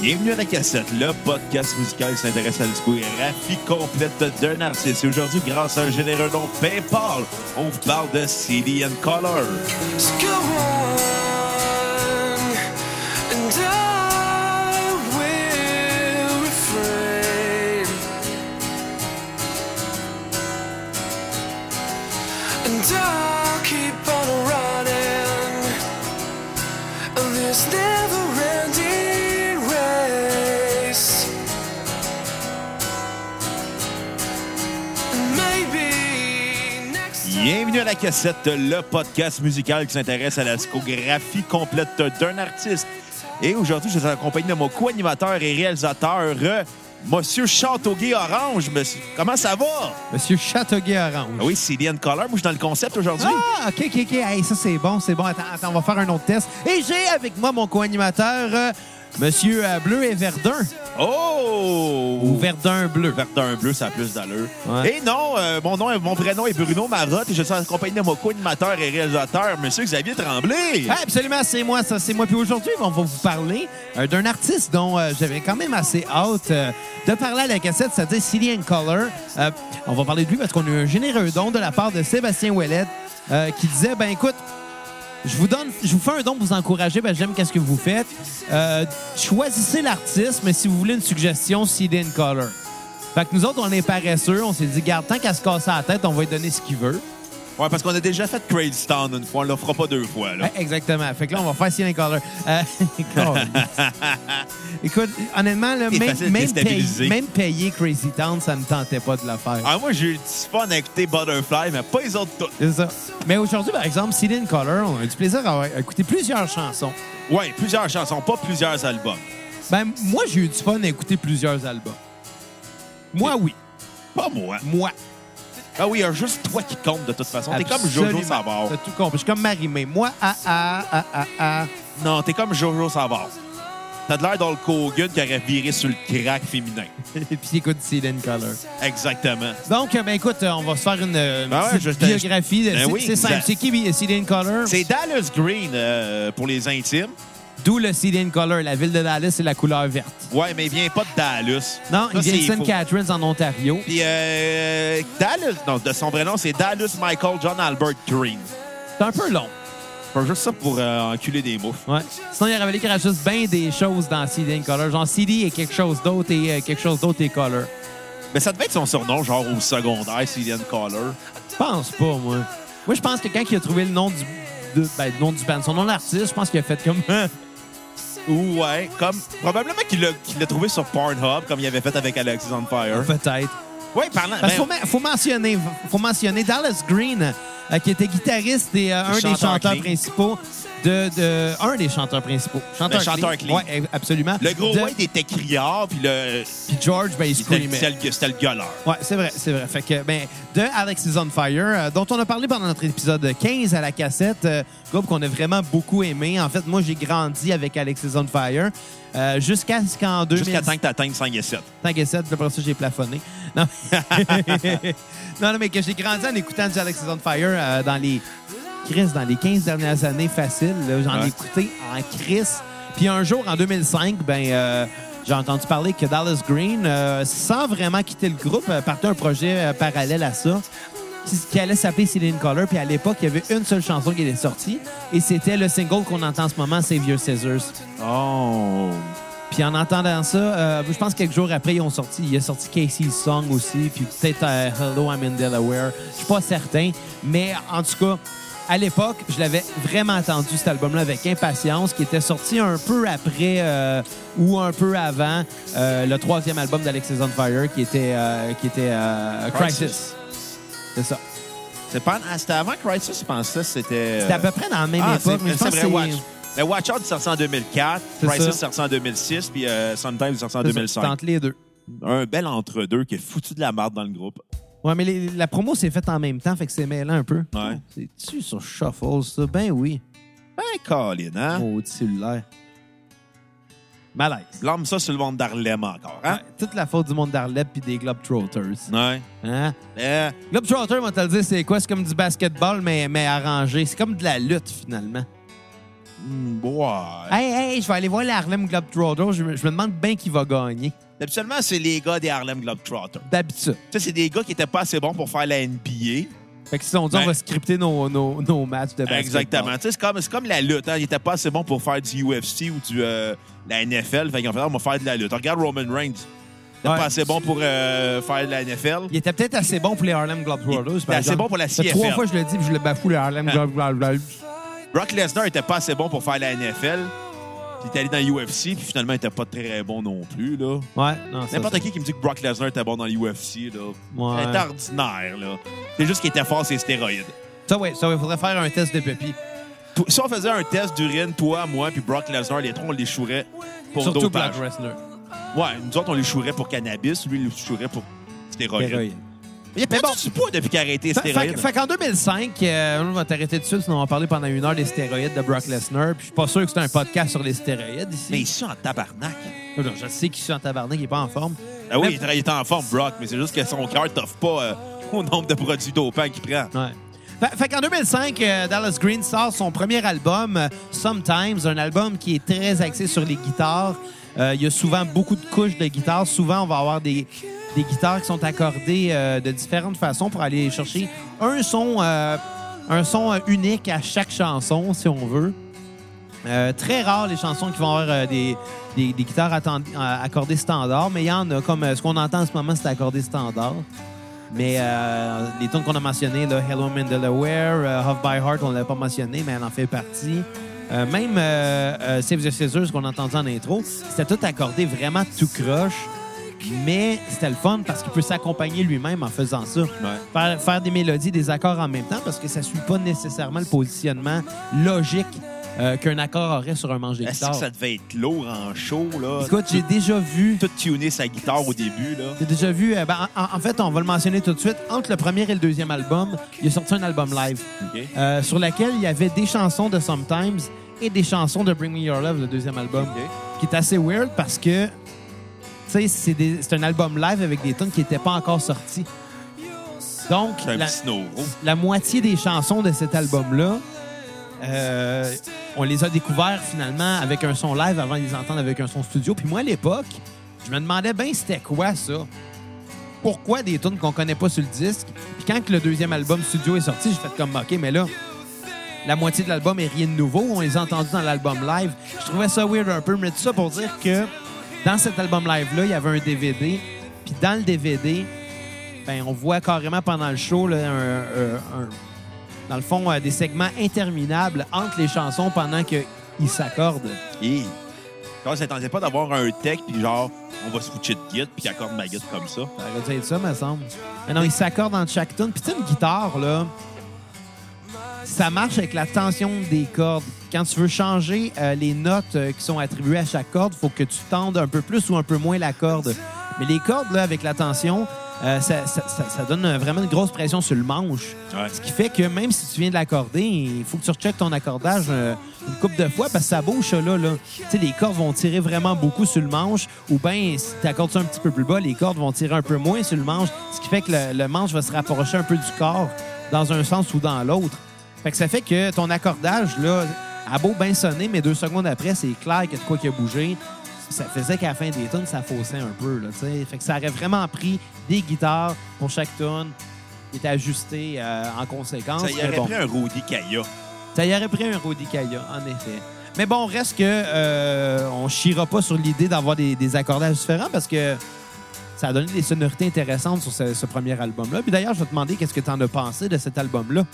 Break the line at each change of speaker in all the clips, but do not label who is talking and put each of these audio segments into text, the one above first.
Bienvenue à la cassette, le podcast musical qui s'intéresse à disco et raffie complète d'un artiste. Et aujourd'hui, grâce à un généreux nom PayPal, on vous parle de CD and Color. Bienvenue à la cassette, le podcast musical qui s'intéresse à la discographie complète d'un artiste. Et aujourd'hui, je suis accompagné de mon co-animateur et réalisateur, euh, Monsieur Châteauguay Orange. Monsieur- Comment ça va?
Monsieur Châteauguay Orange.
Ah oui, CD and Color. Moi, je suis dans le concept aujourd'hui.
Ah, OK, OK, OK. Hey, ça, c'est bon, c'est bon. Attends, attends, on va faire un autre test. Et j'ai avec moi mon co-animateur, euh, Monsieur euh, Bleu et Verdun.
Oh!
Ou Verdun Bleu.
Verdun bleu, ça a plus d'allure.
Ouais.
Et non, euh, mon nom, mon prénom est Bruno Marotte et je suis accompagné de mon co-animateur et réalisateur, Monsieur Xavier Tremblay.
Ah, Absolument, c'est moi, ça, c'est moi. Puis aujourd'hui, on va vous parler euh, d'un artiste dont euh, j'avais quand même assez hâte euh, de parler à la cassette, c'est-à-dire Cillian Color. Euh, on va parler de lui parce qu'on a eu un généreux don de la part de Sébastien Ouellet euh, qui disait, ben écoute, je vous donne, je vous fais un don pour vous encourager, ben j'aime qu'est-ce que vous faites. Euh, choisissez l'artiste, mais si vous voulez une suggestion, Cillian Color. Fait que nous autres, on est paresseux, on s'est dit, garde, tant qu'à se casser la tête, on va lui donner ce qu'il veut.
Ouais, parce qu'on a déjà fait Crazy Town une fois, on le fera pas deux fois. Là.
Ouais, Ben, exactement. Fait que là, on va faire Ceiling Color. Euh, God. Écoute, honnêtement, là,
C'est
même,
facile de
même
déstabiliser.
payer, même payer Crazy Town, ça me tentait pas de la faire.
Ah, moi, j'ai eu du fun à écouter Butterfly, mais pas les autres toutes.
C'est ça. Mais aujourd'hui, par exemple, Ceiling Color, on a eu du plaisir à avoir- à écouter plusieurs chansons.
Ouais, plusieurs chansons, pas plusieurs albums.
Ben, moi, j'ai eu du fun à écouter plusieurs albums. Moi, oui.
Pas moi.
Moi.
Ah oui, il y a juste toi qui compte de toute façon. T'es comme
Absolument.
Jojo Savard.
T'as tout compris. Je suis comme Marimé. Moi, ah, ah, ah, ah, ah.
Non, t'es comme Jojo Savard. T'as de l'air dans le Kogan qui aurait viré sur le crack féminin.
Et puis, écoute Ceiling Color.
Exactement.
Donc, ben écoute, euh, on va se faire une euh,
Ben ouais,
petite
je- je-
biographie.
Ben
C'est-
oui,
c'est simple.
ben-
C'est qui Cillian Color?
C'est Dallas Green euh, pour les intimes.
D'où le Cillian Color. La ville de Dallas, c'est la couleur verte.
Ouais, mais il vient pas de Dallas.
Non,
Ça,
il
c'est
vient de St.
faux.
Catharines, en Ontario.
Puis euh, Dallas, non, de son vrai nom, c'est Dallas Michael John Albert Green.
C'est un peu long.
Pas juste ça pour euh, enculer des moufles.
Ouais. Sinon, il y aurait fallu qu'il rajoute bien des choses dans Cillian Color. Genre, CD est quelque chose d'autre et euh, quelque chose d'autre est Color.
Mais ça devait être son surnom, genre au secondaire, Cillian Caller.
Je pense pas, moi. Moi, je pense que quand il a trouvé le nom du, de- ben, le nom du band, son nom d'artiste, je pense qu'il a fait comme...
Ouais, comme. Probablement qu'il l'a qu'il l'a trouvé sur Pornhub, comme il avait fait avec Alexis on Fire.
Peut-être.
Ouais, parlant.
Parce qu'il
ben,
faut, men- faut mentionner, faut mentionner Dallas Green, euh, qui était guitariste et euh, un
Le chanteur
des chanteurs
clean.
principaux de, de- un des chanteurs principaux. Chanteur
Le chanteur clean.
Ouais, eh, absolument.
le gros
de,
Wade était criard, puis le.
Puis George, ben, il
C'était
screamait.
c'était le, c'était le gueuleur.
Ouais, c'est vrai, c'est vrai. Fait que, ben, de Alex is on Fire, euh, dont on a parlé pendant notre épisode 15 à la cassette, euh, groupe qu'on a vraiment beaucoup aimé. En fait, moi, j'ai grandi avec Alex is on Fire euh, jusqu'à ce qu'en 2000...
Jusqu'à temps que t'atteignes 5 et 7.
Tant que ça, puis après ça, j'ai plafonné. Non. non, non, mais que j'ai grandi en écoutant du Alex is on Fire euh, dans les... Chris, dans les 15 dernières années, facile. là, J'en
Ouais.
ai écouté en Chris. Puis un jour, en 2005, ben... euh, j'ai entendu parler que Dallas Green, euh, sans vraiment quitter le groupe, euh, partait un projet euh, parallèle à ça qui, qui allait s'appeler Céline Color. Puis à l'époque, il y avait une seule chanson qui était sortie et c'était le single qu'on entend en ce moment, Save Your Scissors.
Oh.
Puis en entendant ça, euh, je pense que quelques jours après, ils ont sorti, il a sorti Casey's Song aussi, puis peut-être euh, Hello, I'm in Delaware. Je suis pas certain, mais en tout cas, à l'époque, je l'avais vraiment attendu, cet album-là, avec impatience, qui était sorti un peu après euh, ou un peu avant euh, le troisième album d'Alex is on Fire, qui était, euh, qui était euh, Crisis.
Crisis.
C'est ça.
C'est pas- ah, C'était avant Crisis, je pensais que c'était.
C'était à peu près dans la même
Ah,
époque,
c'est-
mais je pense
c'est
que
vrai,
c'est-
Watch. Mais Watch Out est sorti en 2004,
C'est
Crisis est
ça.
sorti en 2006, puis euh, Sometimes est sorti en
c'est ça,
2005.
entre les deux.
Un bel entre-deux qui est foutu de la merde dans le groupe.
Ouais, mais les- la promo s'est faite en même temps, fait que c'est mêlant un peu.
Ouais.
C'est-tu sur Shuffle, ça? Ben oui.
Ben, Colin, hein?
Maudit cellulaire. Malaise.
Blâme ça sur le monde d'Arlem encore, hein?
Hein? Toute la faute du monde d'Arlette puis des Globetrotters.
Ouais.
Hein?
Euh,
Globetrotters, moi, te le dire, c'est quoi? C'est comme du basketball, mais, mais arrangé. C'est comme de la lutte, finalement.
Hmm, ouais.
Hey, hey, je vais aller voir les Harlem Globetrotters. Je, me- je me demande bien qui va gagner.
Habituellement, c'est les gars des Harlem Globetrotters.
D'habitude.
Ça, c'est des gars qui étaient pas assez bons pour faire la NBA.
Fait que si on dit,
Ben-
on va scripter nos, nos, nos matchs de basketball.
Exactement. Tu sais, C'est comme, c'est comme la lutte. Hein. Ils étaient pas assez bons pour faire du UFC ou du, euh, la NFL. Fait qu'ils ont fait, Ah, on va faire de la lutte. Regarde Roman Reigns. Il
Ouais.
pas assez bon pour euh, faire de la NFL.
Il était peut-être assez bon pour les Harlem Globetrotters.
Il était
par
assez
exemple.
bon pour la
Ça fait
CFL.
Trois fois, je le dis, puis je le bafoue, les Harlem
Ah.
Globetrotters.
Brock Lesnar était pas assez bon pour faire la NFL. Puis Il est allé dans l'UFC, puis finalement, il était pas très bon non plus. là.
Ouais, non, ça,
N'importe qui qui me dit que Brock Lesnar était bon dans l'UFC, là.
Ouais.
C'est ordinaire, là. C'est juste qu'il était fort, c'est stéroïdes.
Ça, ouais, ça, il faudrait faire un test de Pepi.
P- Si on faisait un test d'urine, toi, moi, puis Brock Lesnar, les trois, on les chouerait pour
Surtout
dopage.
Black Wrestler.
Ouais, nous autres, on les chouerait pour cannabis, lui, il les chouerait pour stéroïdes.
Héroïne.
Il a
Mais
perdu
bon.
du poids depuis qu'il a arrêté les
Fait,
stéroïdes.
fait- fait qu'en 2005, euh, on va t'arrêter dessus, sinon on va parler pendant une heure des stéroïdes de Brock Lesnar. Puis je suis pas sûr que c'est un podcast sur les stéroïdes
Mais
ici.
ici, en tabarnak.
Non, Je sais qu'il est en tabarnak, il est pas en forme.
Ah oui,
Mais-
il tra- il est en forme, Brock, mais c'est juste que son cœur t'offre pas euh, au nombre de produits dopants qu'il prend.
Ouais. Fait, fait qu'en 2005, euh, Dallas Green sort son premier album, euh, Sometimes, un album qui est très axé sur les guitares. Euh, Il y a souvent beaucoup de couches de guitares. Souvent, on va avoir des, des guitares qui sont accordées euh, de différentes façons pour aller chercher un son, euh, un son euh, unique à chaque chanson, si on veut. Euh, très rare les chansons qui vont avoir euh, des, des- des guitares atten- euh, accordées standard, mais il y en a comme euh, ce qu'on entend en ce moment, c'est accordé standard. Mais euh, les tunes qu'on a mentionnées, là, Hello Man Delaware, euh, Half by Heart, on ne l'a pas mentionné, mais elle en fait partie. Euh, même euh, euh, Save the Scissors qu'on entendait en intro, c'était tout accordé vraiment tout croche. Mais c'était le fun parce qu'il peut s'accompagner lui-même en faisant ça. Faire, faire des mélodies, des accords en même temps parce que ça ne suit pas nécessairement le positionnement logique euh, qu'un accord aurait sur un manche de
Est-ce que
guitare.
ça devait être lourd en show, là?
Écoute, j'ai déjà vu
tout tuner sa guitare au début, là.
J'ai déjà vu. euh, ben, en, en fait, on va le mentionner tout de suite. Entre le premier et le deuxième album, il a sorti un album live
OK.
euh, sur lequel il y avait des chansons de Sometimes et des chansons de Bring Me Your Love, le deuxième album, qui est assez weird parce que tu sais, c'est des- c'est un album live avec des tunes qui n'étaient pas encore sorties. Donc,
C'est un
la-
petit snowro.
la moitié des chansons de cet album-là, euh, on les a découvertes finalement avec un son live avant de les entendre avec un son studio. Puis moi, à l'époque, je me demandais bien c'était quoi ça? Pourquoi des tunes qu'on connaît pas sur le disque? Puis quand que le deuxième album studio est sorti, j'ai fait comme OK, mais là, la moitié de l'album est rien de nouveau. On les a entendus dans l'album live. Je trouvais ça weird un peu, mais tout ça pour dire que dans cet album live-là, il y avait un DVD. Puis dans le DVD, ben, on voit carrément pendant le show, là, un- un- un- dans le fond, euh, des segments interminables entre les chansons pendant qu'ils s'accordent.
Et quand ça tentait pas d'avoir un tech, puis genre, on va switcher de guide, puis qu'il accorde ma guide comme ça.
Ça aurait dû être ça, me semble. Mais non, ils s'accordent entre chaque tune. Puis tu sais, une guitare, là, ça marche avec la tension des cordes. Quand tu veux changer euh, les notes euh, qui sont attribuées à chaque corde, faut que tu tendes un peu plus ou un peu moins la corde. Mais les cordes, là, avec la tension, euh, ça, ça- ça- ça donne euh, vraiment une grosse pression sur le manche.
Ouais.
Ce qui fait que même si tu viens de l'accorder, il faut que tu recheckes ton accordage euh, une couple de fois parce que ça bouge ça là. là. Tu sais, les cordes vont tirer vraiment beaucoup sur le manche ou bien si tu accordes ça un petit peu plus bas, les cordes vont tirer un peu moins sur le manche, ce qui fait que le, le manche va se rapprocher un peu du corps dans un sens ou dans l'autre. Fait que ça fait que ton accordage, là, a beau bien sonner, mais deux secondes après, c'est clair qu'il y a de quoi qui a bougé. Ça faisait qu'à la fin des tunes, ça faussait un peu. Là, tu sais. fait que ça aurait vraiment pris des guitares pour chaque tune qui était ajusté euh, en conséquence.
Ça y
mais
aurait
bon.
pris un Roddy Kaya.
Ça y aurait pris un Rodicaya, en effet. Mais bon, reste que euh, on chiera pas sur l'idée d'avoir des, des accordages différents parce que ça a donné des sonorités intéressantes sur ce, ce premier album-là. Puis d'ailleurs, je vais te demander qu'est-ce que tu en as pensé de cet album-là.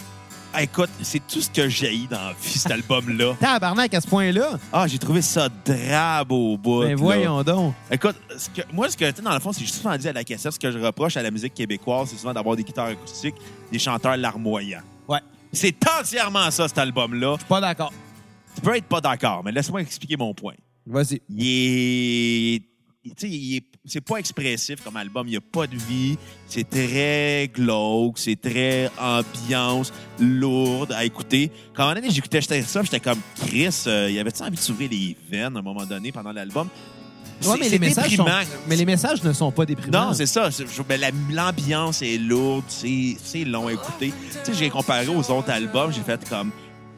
Ah, écoute, c'est tout ce que j'ai dans la vie, cet album-là.
Tabarnak à ce point-là.
Ah, j'ai trouvé ça drabe au bout.
Ben
là.
voyons donc.
Écoute, ce que- moi, ce que, tu sais, dans le fond, c'est que j'ai souvent dit à la cassette, ce que je reproche à la musique québécoise, c'est souvent d'avoir des guitares acoustiques, des chanteurs larmoyants.
Ouais.
C'est entièrement ça, cet album-là.
Pas d'accord.
Tu peux être pas d'accord, mais laisse-moi expliquer mon point.
Vas-y.
il est. tu sais, il est- C'est pas expressif comme album, il n'y a pas de vie, c'est très glauque, c'est très ambiance lourde à écouter. Quand on j'écoutais j'étais ça, j'étais comme Chris, euh, il avait-tu envie de s'ouvrir les veines à un moment donné pendant l'album?
Ouais,
C'est-
mais,
c'est
les messages sont-
déprimant.
mais les messages ne sont pas déprimants.
Non, c'est ça. c'est- je- ben, la- L'ambiance est lourde, c'est c'est long à écouter. Tu sais, j'ai comparé aux autres albums, j'ai fait comme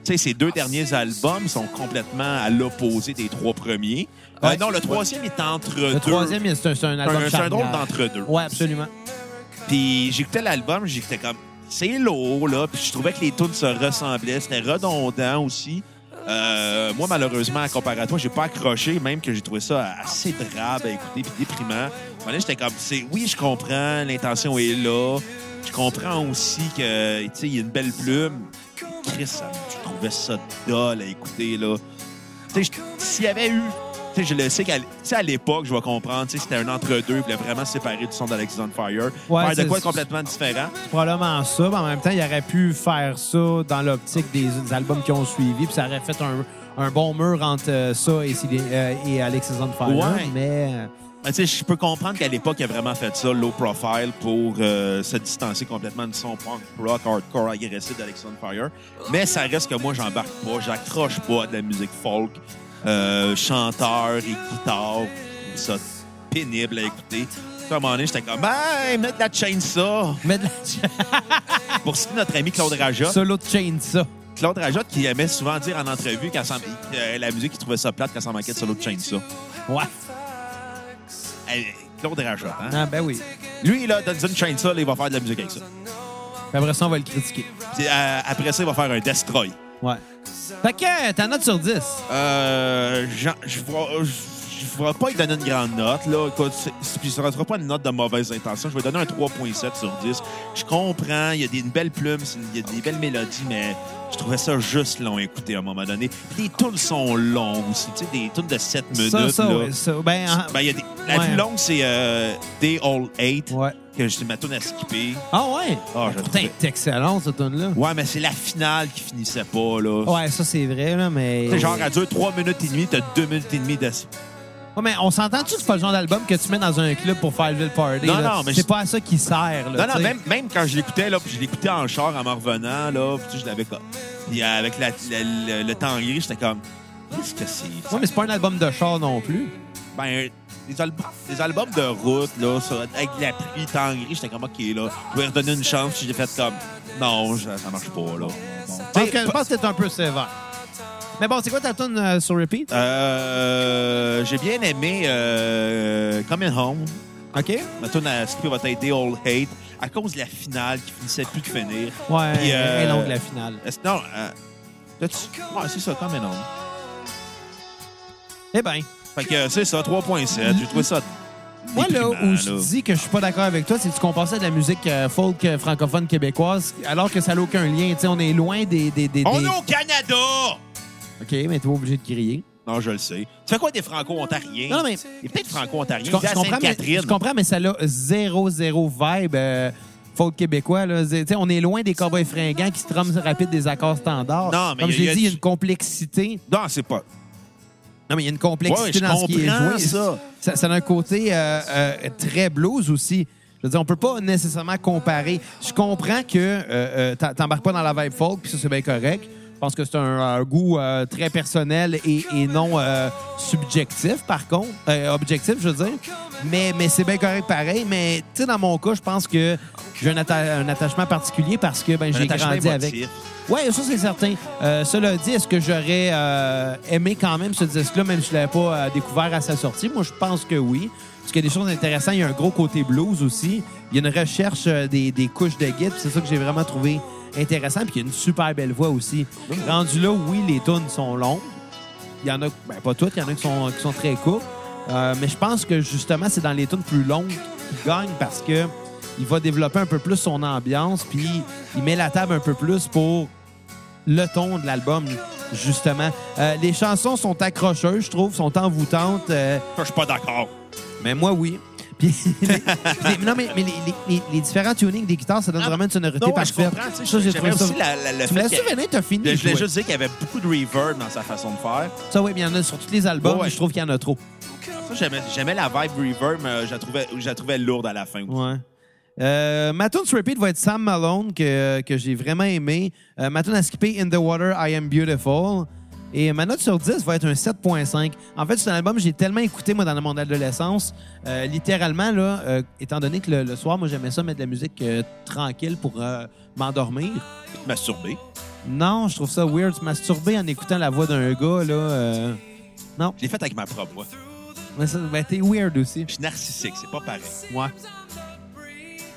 sais, ses deux derniers albums sont complètement à l'opposé des trois premiers. Euh,
Ouais.
non, le troisième est entre
Le
deux.
troisième, c'est un, c'est un
C'est
album
un, c'est un drôle
charnière.
d'entre deux.
Ouais, absolument.
Puis j'écoutais l'album, j'écoutais comme c'est lourd là, puis je trouvais que les tunes se ressemblaient, c'était redondant aussi. Euh, moi malheureusement à comparatoire, j'ai pas accroché même que j'ai trouvé ça assez drabe à écouter puis déprimant. Moi j'étais comme c'est oui, je comprends, l'intention est là. Je comprends aussi que tu sais, il y a une belle plume. Chris, ça- je trouvais ça dole à écouter là. Tu sais, je- s'il y avait eu tu sais, je le sais qu'à tu sais, à l'époque, je vais comprendre. tu sais, C'était un entre-deux. Il voulait vraiment se séparer du son d'Alexis on Fire.
Ouais,
faire de
c'est-
quoi de complètement différent.
C'est probablement ça, mais en même temps, il aurait pu faire ça dans l'optique des, des albums qui ont suivi, puis ça aurait fait un, un bon mur entre euh, ça et, Céline- euh, et Alexis on Fire.
Ouais.
Mais euh,
Mais tu sais, je peux comprendre qu'à l'époque, il a vraiment fait ça, low profile, pour euh, se distancer complètement du son punk, rock, hardcore, agressif d'Alexis on Fire. Mais ça reste que moi, j'embarque pas, j'accroche pas à de la musique folk, euh, chanteur et guitare. Je trouve Ça pénible à écouter. Puis, À un moment donné, j'étais comme, hey, mettre la chaîne ça.
mais de la-
Pour citer notre ami Claude Rajot,
solo de Chainsaw.
Claude Rajotte qui aimait souvent dire en entrevue quand ça- euh, la musique, il trouvait ça plate quand ça manquait de solo de Chainsaw.
Ouais.
Euh, Claude Rajotte, hein?
Ah, ben oui.
Lui, là, dans une Chainsaw, là, il va faire de la musique avec ça.
Puis après ça, on va le critiquer.
Puis, euh, après ça, il va faire un Destroy.
Ouais. Fait que euh, ta note sur 10.
Euh, j'en- je ne je vais pas lui donner une grande note. Là. Écoute, c'est- c'est- puis ce ne sera pas une note de mauvaise intention. Je vais donner un 3.7 sur 10. Je comprends, il y a des une belle plume, il y a des belles mélodies, mais je trouvais ça juste long à écouter à un moment donné. Puis les tunes sont longues aussi. Tu sais, des tunes de 7 minutes.
ça, ça,
là.
ouais, ça. Ben, ah,
Ben, il y a des- La
Ouais.
plus longue, c'est euh, Day All 8,
Ouais.
que je ma tourne à skipper.
ah ouais.
Ah, je
Putain,
trouvais-
t'es excellent, cette tune-là.
Ouais, mais c'est la finale qui finissait pas, là.
Ouais, ça, c'est vrai, là, mais.
C'est genre, à dure 3 minutes et demie, t'as 2 minutes et demie de...
Ouais, mais on s'entend-tu que c'est pas le genre d'album que tu mets dans un club pour faire le party?
Non,
là?
non, mais
C'est
je-
pas à ça qu'il sert,
Non,
là.
non,
t'sais.
même, même quand je l'écoutais, là, puis je l'écoutais en char en m'en revenant, là, puis tu sais, je l'avais comme... Puis avec la- la- le, le temps gris, j'étais comme... Qu'est-ce que c'est?
Ouais, mais c'est pas un album de char non plus.
Ben, les, al- les albums de route, là, sur- avec la pluie, temps gris, j'étais comme, OK, là, je vais redonner une chance. Puis J'ai fait comme, non, ça, ça marche pas, là.
Je pense que, je pense que c'est un peu sévère. Mais bon, c'est quoi ta tune euh, sur repeat?
Euh, j'ai bien aimé euh, Coming Home.
OK?
Ma tune à skipper va être Day All Hate à cause de la finale qui finissait plus de finir.
Ouais,
Puis, euh,
elle est longue, la finale.
Est-ce- Non, euh, t'as-tu- ouais, c'est ça, Coming Home.
Eh ben,
Fait que euh, c'est ça, 3.7. J'ai trouvé ça.
moi, là
déprimant,
où je
là.
dis que je suis pas d'accord avec toi, c'est que tu compares ça à de la musique euh, folk euh, francophone québécoise, alors que ça n'a aucun lien. Tu sais, on est loin des... des, des,
On
des-
est au Canada!
OK, mais t'es pas obligé de crier.
Non, je le sais. Tu fais quoi des franco-ontariens?
Non, non, mais-
Il y a peut-être franco-ontariens.
Je,
Il
com-
y a
je comprends, mais,
Sainte-Catherine.
je comprends, mais ça a zéro, zéro vibe euh, folk québécois. Là. C'est- tu sais, On est loin des cowboys fringants qui se trompent rapide des accords standards.
Non, mais
Comme
y a- y
je l'ai
a
dit, il y a
du-
une complexité.
Non, c'est pas.
Non, mais il y a une
Ouais,
complexité
je
dans ce qui est
comprends
joué.
ça.
Ça, ça a un côté euh, euh, très blues aussi. Je veux dire, on peut pas nécessairement comparer. Je comprends que euh, euh, t'a- t'embarques pas dans la vibe folk, puis ça, c'est bien correct. Je pense que c'est un, un goût euh, très personnel et, et non euh, subjectif, par contre. Euh, objectif, je veux dire. Mais, mais c'est bien correct pareil. Mais, tu sais, dans mon cas, je pense que j'ai un, atta- un attachement particulier parce que ben,
Un
j'ai
attachement
grandi avec.
émotif.
Oui, ça, c'est certain. Euh, cela dit, est-ce que j'aurais euh, aimé quand même ce disque-là, même si je ne l'avais pas euh, découvert à sa sortie? Moi, je pense que oui. Parce qu'il y a des choses intéressantes. Il y a un gros côté blues aussi. Il y a une recherche euh, des, des couches de guide. C'est ça que j'ai vraiment trouvé intéressant. Puis il y a une super belle voix aussi. Rendu là, oui, les tunes sont longues. Il y en a, ben, pas toutes, il y en a qui sont, qui sont très courtes. Euh, mais je pense que justement, c'est dans les tunes plus longues qu'il gagne parce que il va développer un peu plus son ambiance, puis il met la table un peu plus pour le ton de l'album, justement. Euh, les chansons sont accrocheuses, je trouve, sont envoûtantes. euh,
Je suis pas d'accord.
mais moi, oui. Puis, les- non, mais, mais les, les- les- les différents tunings des guitares, ça donne
Ah,
vraiment une sonorité
Non, ouais, je
parfaite.
comprends. tu sais,
Ça, j'ai
J'aimerais
trouvé ça-
aussi la, la- le
Tu me
fait
laisses-tu
que-
venir? T'as fini.
Je
de
voulais
jouer.
juste dire qu'il y avait beaucoup de reverb dans sa façon de faire.
Ça, oui, mais il y en a sur tous les albums.
Ouais, ouais.
Je trouve qu'il y en a trop.
Ça, j'aimais, j'aimais la vibe reverb, mais je la trouvais, je la trouvais lourde à la fin.
Ouais. Euh, ma tune sur repeat va être Sam Malone, que, que j'ai vraiment aimé. Euh, ma tune à skipper, In the Water, I Am Beautiful. Et ma note sur 10 va être un 7.5. En fait, c'est un album que j'ai tellement écouté, moi, dans mon adolescence. Euh, littéralement, là, euh, étant donné que le, le soir, moi, j'aimais ça mettre de la musique euh, tranquille pour euh, m'endormir.
Masturbé.
Non, je trouve ça weird. Se masturber en écoutant la voix d'un gars, là. euh, Non.
Je l'ai fait avec ma propre voix.
Mais ça, ben, t'es weird aussi.
Je suis narcissique, c'est pas pareil.
Ouais.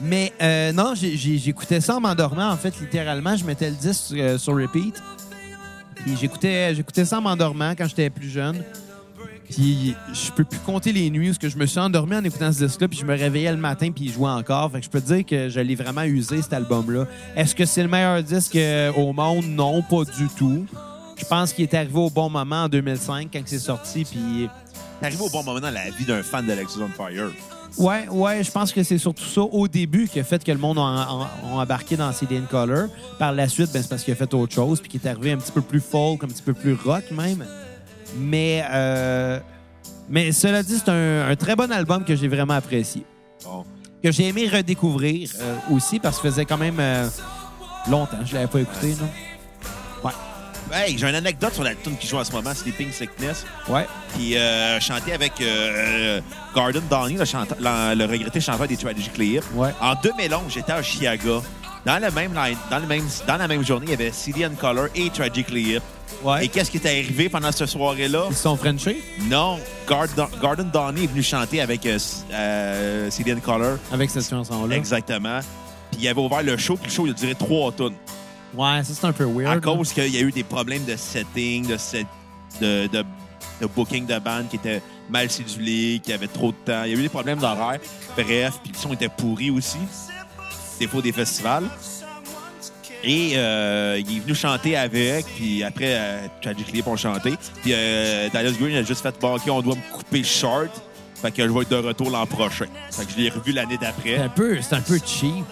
Mais euh, non, j'ai- j'ai- j'écoutais ça en m'endormant, en fait, littéralement. Je mettais le disque euh, sur repeat. Puis j'écoutais j'écoutais ça en m'endormant quand j'étais plus jeune. Puis je peux plus compter les nuits où ce que je me suis endormi en écoutant ce disque-là, puis je me réveillais le matin, puis il jouait encore. Fait que je peux te dire que je l'ai vraiment usé, cet album-là. Est-ce que c'est le meilleur disque euh, au monde? Non, pas du tout. Je pense qu'il est arrivé au bon moment en 2005 quand c'est sorti, puis...
T'arrives au bon moment dans la vie d'un fan d'Alexis on Fire.
Ouais, ouais, je pense que c'est surtout ça au début qui a fait que le monde a, a- a embarqué dans CDN Color. Par la suite, ben, c'est parce qu'il a fait autre chose, puis qu'il est arrivé un petit peu plus folk, un petit peu plus rock même. Mais, euh, mais cela dit, c'est un, un très bon album que j'ai vraiment apprécié,
Bon.
que j'ai aimé redécouvrir euh, aussi parce que ça faisait quand même euh, longtemps que je l'avais pas écouté. Non?
Hey, j'ai une anecdote sur la tune qui joue en ce moment, Sleeping Sickness.
Ouais.
Puis euh, chanté avec euh, euh, Gordon Downey, le, chanteur- la- le regretté chanteur des Tragic Clear.
Ouais.
En 2011, j'étais à Chicago. Dans, le même line- dans, le même, dans la même journée, il y avait Cillian Color et Tragically Hip.
Ouais.
Et qu'est-ce qui est arrivé pendant cette soirée-là?
Ils sont Frenchés
Non, Gordon, Gordon Downey est venu chanter avec euh, C- euh, Cillian Color.
avec cette chanson-là.
Exactement. Puis il avait ouvert le show, puis le show, il a duré trois tonnes.
Ouais, ça c'est un peu weird.
À
là.
cause qu'il y a eu des problèmes de setting, de, set- de, de- de booking de bande qui était mal cédulé, qui avait trop de temps. Il y a eu des problèmes d'horaire. Bref, puis le son était pourri aussi. Défaut des festivals. Et euh, il est venu chanter avec, puis après, euh, Tragic Leap ont chanté. Puis euh, Dallas Green a juste fait « Bon, OK, on doit me couper le short. Fait que je vais être de retour l'an prochain. » Fait que je l'ai revu l'année
C'est
d'après.
un peu, c'est un peu cheap.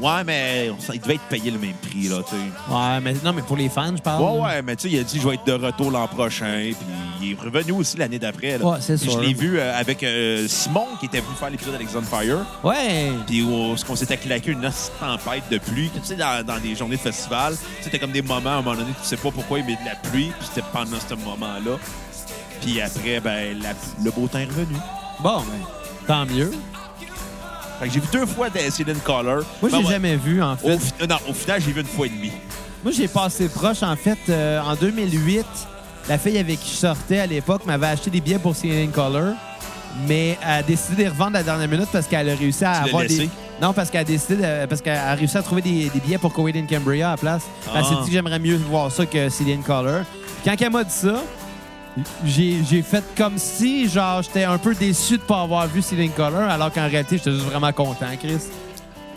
Ouais, mais on s'en- il devait être payé le même prix, là, tu sais.
Ouais, mais non, mais pour les fans, je parle.
Ouais, ouais, mais tu sais, il a dit je vais être de retour l'an prochain. Puis il est revenu aussi l'année d'après. là.
Ouais, c'est
Puis
sûr.
Je l'ai vu euh, avec euh, Simon qui était venu faire l'épisode avec Zone Fire.
Ouais.
Puis où ce qu'on s'était claqué une hostie de tempête de pluie. Tu sais, dans, dans des journées de festival, c'était comme des moments à un moment donné, tu sais pas pourquoi il met de la pluie. Puis c'était pendant ce moment-là. Puis après, ben, la- le beau temps est revenu.
Bon, ben, tant mieux.
Fait que j'ai vu deux fois des Céline Collar.
Moi, je
Ben,
l'ai
ouais.
jamais vu, en fait.
Au, fi- non, au final, j'ai vu une fois et demie.
Moi, j'ai passé proche, en fait, euh, en 2008. La fille avec qui je sortais à l'époque m'avait acheté des billets pour CNN Color, mais elle a décidé de les revendre à la dernière minute parce qu'elle a réussi à
Tu l'as
avoir
laissé?
des. Non, parce qu'elle a décidé de- parce qu'elle a réussi à trouver des, des billets pour Kuwait in Cambria à la place. Elle s'est
Ah.
dit que j'aimerais mieux voir ça que Cillian Color. Quand elle m'a dit ça, j'ai j'ai fait comme si genre j'étais un peu déçu de pas avoir vu Cillian Color, alors qu'en réalité, j'étais juste vraiment content, Chris.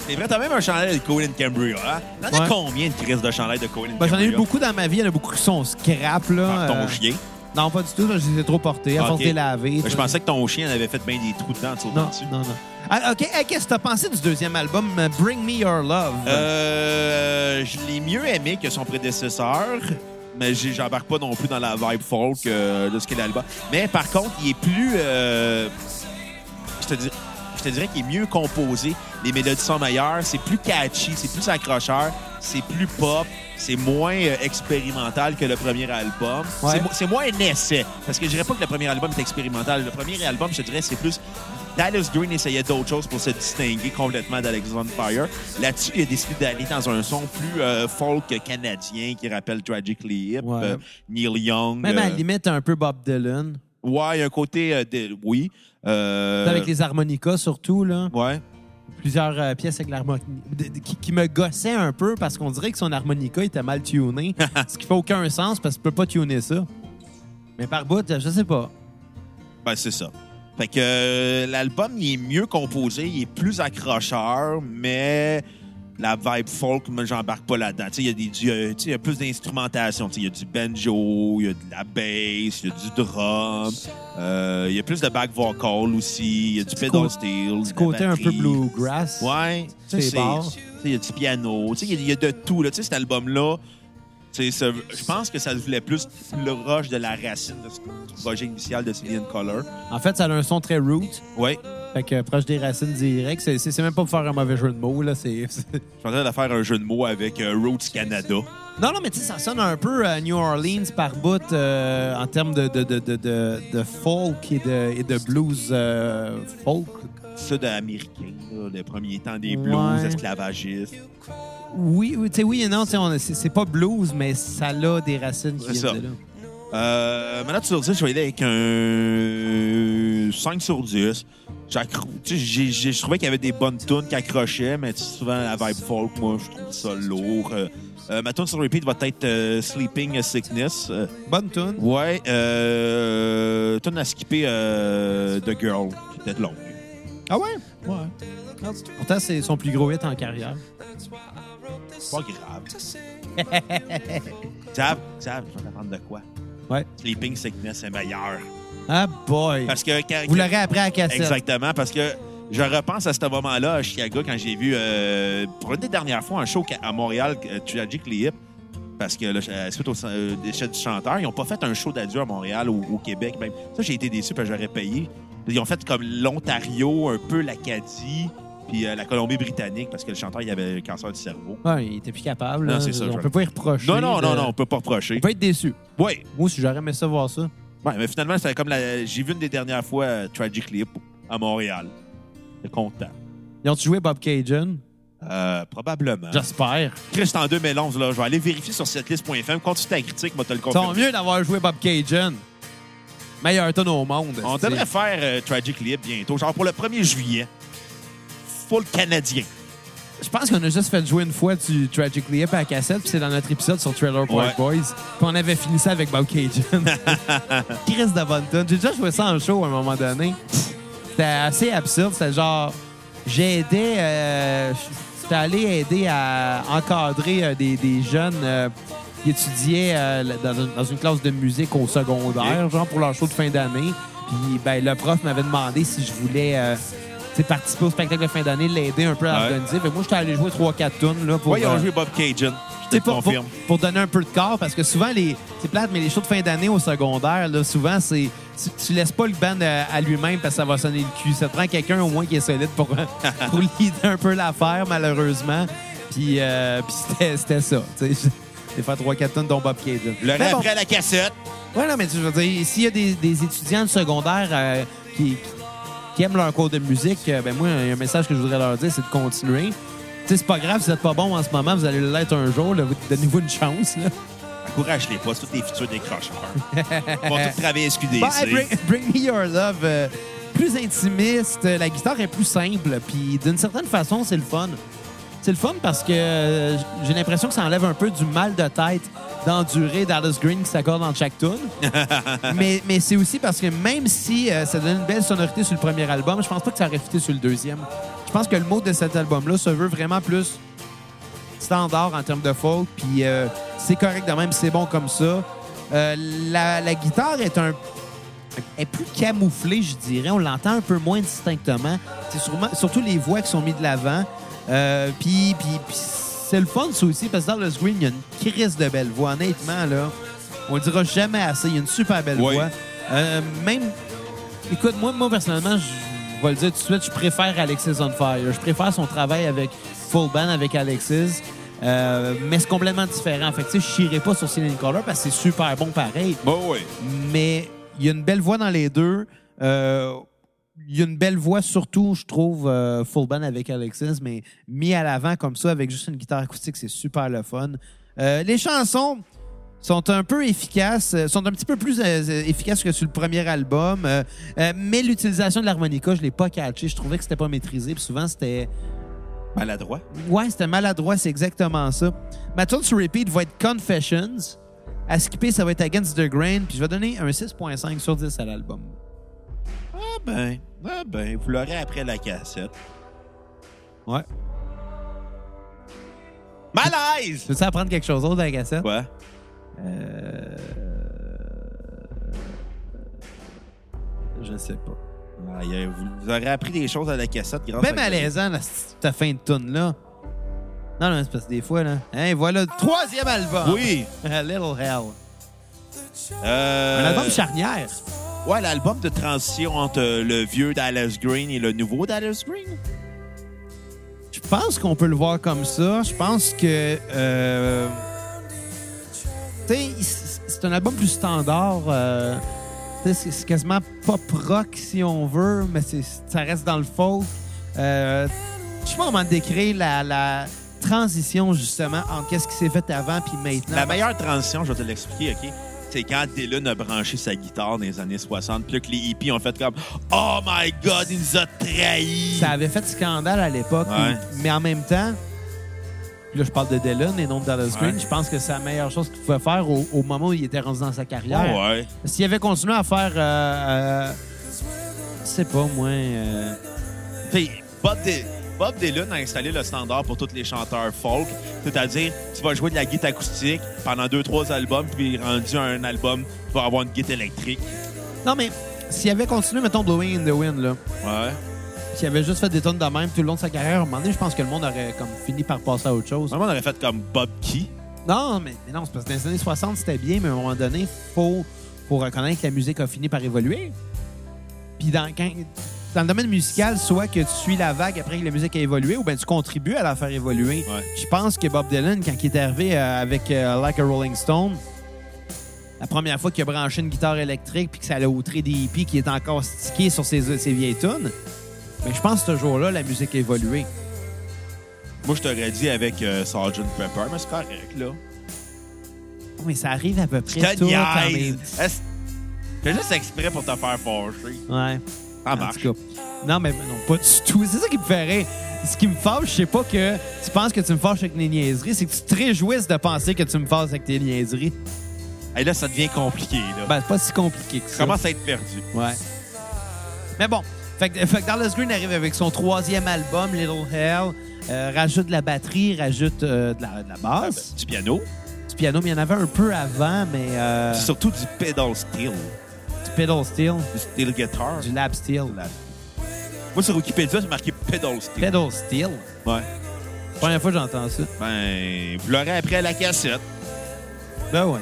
C'est vrai, t'as même un chandail de Colin Cambria. Hein? T'en as
Ouais.
combien de crises de chandail de Colin
Ben, J'en ai eu
Cambria?
beaucoup dans ma vie. Il y en a beaucoup qui sont scrap. Là.
Par ton
Euh,
chien.
Non, pas du tout. Je les ai trop portés. À
Ah,
force
ok.
de les laver.
Ben, je pensais que ton chien avait fait bien des trous dedans en sautant
Non,
dessus.
non, non. Ah, OK. Ah, Qu'est-ce que t'as pensé du deuxième album, euh, Bring Me Your Love?
Euh, je l'ai mieux aimé que son prédécesseur, mais j'ai- j'embarque pas non plus dans la vibe folk euh, de ce qu'est l'album. Mais par contre, il est plus. euh, je te dis- je te dirais qu'il est mieux composé. Les mélodies sont meilleures. C'est plus catchy, c'est plus accrocheur, c'est plus pop, c'est moins euh, expérimental que le premier album.
Ouais.
C'est mo- C'est moins un essai. Parce que je dirais pas que le premier album est expérimental. Le premier album, je te dirais, c'est plus. Dallas Green essayait d'autres choses pour se distinguer complètement d'Alex on Fire. Là-dessus, il a décidé d'aller dans un son plus euh, folk canadien qui rappelle Tragically Hip,
Ouais.
euh, Neil Young.
Même à la
euh,
limite, un peu Bob Dylan.
Ouais, il y a un côté. euh, de- oui. euh,
Avec les harmonicas, surtout. là.
Ouais.
Plusieurs euh, pièces avec l'harmonica qui, qui me gossaient un peu parce qu'on dirait que son harmonica était mal tuné. ce qui fait aucun sens parce que tu peux pas tuner ça. Mais par bout, je sais pas.
Ben, c'est ça. Fait que euh, l'album, il est mieux composé, il est plus accrocheur, mais la vibe folk, moi, j'embarque pas là-dedans. Tu sais, il y a des- du- euh, tu sais, il y a plus d'instrumentation. Tu sais, Il y a du banjo, il y a de la bass, il y a du drum, euh, il y a plus de back vocal aussi, il y a du pedal
côté-
steel.
Du côté un peu bluegrass.
Ouais. Tu sais,
Ces
c'est-
bars.
tu sais, Il y a du piano. Tu sais, Il y, a- il y a de tout. Là. Tu sais, cet album-là, tu sais, ça- je pense que ça voulait plus le rush de la racine de ce du projet initial de Cillian Color.
En fait, ça a un son très root.
Oui.
Fait que euh, proche des racines directes, c'est- c'est c'est même pas pour faire un mauvais jeu de mots, là. c'est... c'est-
Je suis en train de faire un jeu de mots avec euh, Roots Canada.
Non, non, mais tu sais, ça sonne un peu euh, New Orleans par bout euh, en termes de, de, de, de, de, de folk et de, et de blues euh, folk.
Sud-américain, là, le premier temps des
Ouais.
blues, esclavagistes.
Oui, oui, tu sais, oui et non, tu sais, on a- c'est c'est pas blues, mais ça a des racines qui
C'est
viennent
ça.
de là.
Euh, maintenant, sur 10, je vais aller avec un 5 sur 10. J'accro- tu sais, j'ai- j'ai- Je trouvais qu'il y avait des bonnes tunes qui accrochaient, mais tu sais, souvent la vibe folk, moi, je trouve ça lourd. Euh, euh, ma tune sur repeat va être euh, Sleeping Sickness. Euh,
Bonne tune.
ouais, euh, tune à skipper euh, The Girl, qui était longue.
Ah ouais? Ouais. Pourtant, c'est son plus gros hit en carrière.
Pas grave. Xav, Xav, je vais t'apprendre de quoi.
Ouais.
Sleeping Sickness est meilleur.
Ah boy!
Parce que quand-
Vous l'aurez après à la cassette.
Exactement, parce que je repense à ce moment-là à Chicago quand j'ai vu, euh, pour une des dernières fois, un show qu'à- à Montréal, euh, Tragic Hip, parce que là, euh, suite au euh, décès du chanteur, ils n'ont pas fait un show d'adieu à Montréal ou au Québec. Même. Ça, j'ai été déçu parce que j'aurais payé. Ils ont fait comme l'Ontario, un peu l'Acadie, puis euh, la Colombie-Britannique, parce que le chanteur, il avait un cancer du cerveau.
Ouais, il était plus capable.
Non,
là.
c'est ça,
On
je-
peut pas y reprocher.
Non, non,
de-
non, non, on peut pas reprocher.
On peut être déçu.
Oui,
Moi, si j'aurais aimé ça voir ça.
Ouais, mais finalement, c'était comme la... j'ai vu une des dernières fois euh, Tragic Hip à Montréal. J'étais content.
Ils ont-tu joué Bob Cajun?
Euh, probablement.
J'espère.
Chris, c'est en 2011, là. Je vais aller vérifier sur setlist.fm. Continue ta critique, moi, te le
Tant
confirmer.
mieux d'avoir joué Bob Cajun. Meilleur ton au monde.
On
c'est-tu.
devrait faire euh, Tragic Lip bientôt, genre pour le 1er juillet. Full Canadien.
Je pense qu'on a juste fait jouer une fois du Tragically Hip à la cassette, puis c'est dans notre épisode sur Trailer Park
Ouais.
Boys. Puis on avait fini ça avec Bob Cajun. Chris Davonton. J'ai déjà joué ça en show à un moment donné. C'était assez absurde. C'était genre. J'ai aidé. euh, J'étais allé aider à encadrer euh, des, des jeunes euh, qui étudiaient euh, dans, une- dans une classe de musique au secondaire, genre pour leur show de fin d'année. Puis ben, le prof m'avait demandé si je voulais. euh, tu sais, participer au spectacle de fin d'année, l'aider un peu à
Ouais.
organiser. Fait que moi, j'étais allé jouer 3-4 tunes là, pour,
Ouais, ils ont
euh,
joué Bob Cajun. Je te
T'sais,
le
pour, pour,
confirme.
pour donner un peu de corps, parce que souvent, les, c'est plate, mais les shows de fin d'année au secondaire, là, souvent, c'est tu, tu laisses pas le band euh, à lui-même parce que ça va sonner le cul. Ça te prend quelqu'un au moins qui est solide pour, pour leader un peu l'affaire, malheureusement. Puis, euh, puis c'était, c'était ça. tu sais. J'ai fait 3-4 tonnes dont Bob Cajun.
Le
Mais
rap
bon.
après la cassette.
Ouais, non, mais tu veux dire, s'il y a des, des étudiants de secondaire euh, qui, qui aiment leur cours de musique, euh, ben moi, il y a un message que je voudrais leur dire, c'est de continuer. Tu sais, c'est pas grave, si vous êtes pas bon en ce moment, vous allez l'être un jour, là, vous- donnez-vous une chance. Là.
Encourage-les pas, c'est tous des futurs décrocheurs. Ils vont tous travailler SQDC.
Bon, hey, Ben, bring, Bring Me Your Love, euh, plus intimiste, euh, la guitare est plus simple, puis d'une certaine façon, c'est le fun. C'est le fun parce que euh, j'ai l'impression que ça enlève un peu du mal de tête d'endurer Dallas Green qui s'accorde dans chaque tune. mais mais c'est aussi parce que même si euh, ça donne une belle sonorité sur le premier album, je pense pas que ça aurait fité sur le deuxième. Je pense que le mot de cet album-là se veut vraiment plus standard en termes de folk, puis euh, c'est correct de même, c'est bon comme ça. Euh, la, la guitare est un est plus camouflée, je dirais. On l'entend un peu moins distinctement. C'est sûrement- surtout les voix qui sont mises de l'avant. Euh, puis, puis- puis c'est le fun, ça aussi, parce que dans le screen, il y a une crise de belle voix. Honnêtement, là, on le dira jamais assez. Il y a une super belle
Oui.
voix. Euh, même, écoute, moi, moi personnellement, je vais le dire tout de suite, je préfère Alexis on Fire. Je préfère son travail avec Full Band, avec Alexis. Euh, mais c'est complètement différent. Fait que, tu sais, je chierai pas sur Céline Color parce que c'est super bon pareil
Bon, Bah oui.
mais il y a une belle voix dans les deux. Euh, il y a une belle voix, surtout, je trouve, euh, full band avec Alexis, mais mis à l'avant comme ça, avec juste une guitare acoustique, c'est super le fun. Euh, les chansons sont un peu efficaces, euh, sont un petit peu plus euh, efficaces que sur le premier album, euh, euh, mais l'utilisation de l'harmonica, je l'ai pas catché. Je trouvais que c'était pas maîtrisé, puis souvent c'était...
Maladroit.
Ouais, c'était maladroit, c'est exactement ça. Ma tune sur repeat va être Confessions. À skipper, ça va être Against the Grain. Puis je vais donner un 6.5 sur 10 à l'album.
Ah ben, ah ben, vous l'aurez après la cassette.
Ouais.
Malaise!
Tu veux-tu apprendre quelque chose d'autre dans la cassette?
Quoi?
Je sais pas.
Ah, il y a- vous, vous aurez appris des choses à la cassette grâce
Ben
à
malaisant, là, cette fin de tune là Non, non, c'est parce que des fois, là... Hein, voilà le troisième album!
Oui.
Little Hell.
Euh,
Un album charnière.
Ouais, l'album de transition entre euh, le vieux Dallas Green et le nouveau Dallas Green.
Je pense qu'on peut le voir comme ça. Je pense que. euh, tu sais, c'est c'est un album plus standard. euh, tu sais, c'est c'est quasiment pop rock, si on veut, mais c'est- ça reste dans le folk. Euh, Je sais pas comment décrire la, la transition, justement, entre qu'est-ce qui s'est fait avant puis maintenant.
La meilleure transition, je vais te l'expliquer, OK? C'est quand Dylan a branché sa guitare dans les années 60, puis là que les hippies ont fait comme Oh my God, il nous a trahis!
Ça avait fait scandale à l'époque,
Ouais.
mais en même temps, là, je parle de Dylan et non de Dallas
Ouais.
Green. Je pense que c'est la meilleure chose qu'il pouvait faire au, au moment où il était rendu dans sa carrière.
Oh, ouais.
S'il avait continué à faire, euh, euh, je sais pas moi, euh,
Puis Bob, Dy- Bob Dylan a installé le standard pour tous les chanteurs folk, c'est-à-dire tu vas jouer de la guitare acoustique pendant deux trois albums, puis rendu à un album, tu vas avoir une guitare électrique.
non mais s'il avait continué, mettons Blowing in the Wind là,
Ouais.
s'il avait juste fait des tonnes de même tout le long de sa carrière, à un moment donné, je pense que le monde aurait comme fini par passer à autre chose.
Vraiment, on aurait fait comme Bob Key.
Non, mais, mais non, c'est parce que dans les années 60, c'était bien, mais à un moment donné, faut, faut reconnaître que la musique a fini par évoluer. Puis dans, quand- dans le domaine musical, soit que tu suis la vague après que la musique a évolué, ou bien tu contribues à la faire évoluer.
Ouais.
Je pense que Bob Dylan, quand il est arrivé euh, avec euh, Like a Rolling Stone, la première fois qu'il a branché une guitare électrique puis que ça allait outré des hippies qui est encore stické sur ses, ses vieilles tunes, ben, je pense que ce jour-là, la musique a évolué.
Moi, je t'aurais dit avec euh, Sgt. Pepper, mais c'est correct, là.
Oh, Mais ça arrive à peu près
Je te
tout en
niaise. Euh,
même-
Est-ce- Fais juste exprès pour te faire fâcher.
Ouais.
Ça
En
marche.
tout cas, non, mais non, pas du tout. C'est ça qui me fait rire. Ce qui me fâche, c'est pas que tu penses que tu me fâches avec mes niaiseries, c'est que tu te réjouisses de penser que tu me fâches avec tes niaiseries.
Et là, ça devient compliqué, là.
Ben, c'est pas si compliqué que
tu
ça.
commences à être perdu.
Ouais. Mais bon, fait que, fait que Dallas Green arrive avec son troisième album, Little Hell, euh, rajoute de la batterie, rajoute euh, de, la, de la basse,
Du piano,
du piano, mais il y en avait un peu avant, mais euh,
puis surtout du pedal steel,
du pedal steel,
du steel guitar.
du lap steel.
Moi, sur Wikipédia, c'est marqué pedal steel.
Pedal steel?
Ouais.
Première fois que j'entends ça.
Ben, vous l'aurez après à la cassette.
Ben ouais.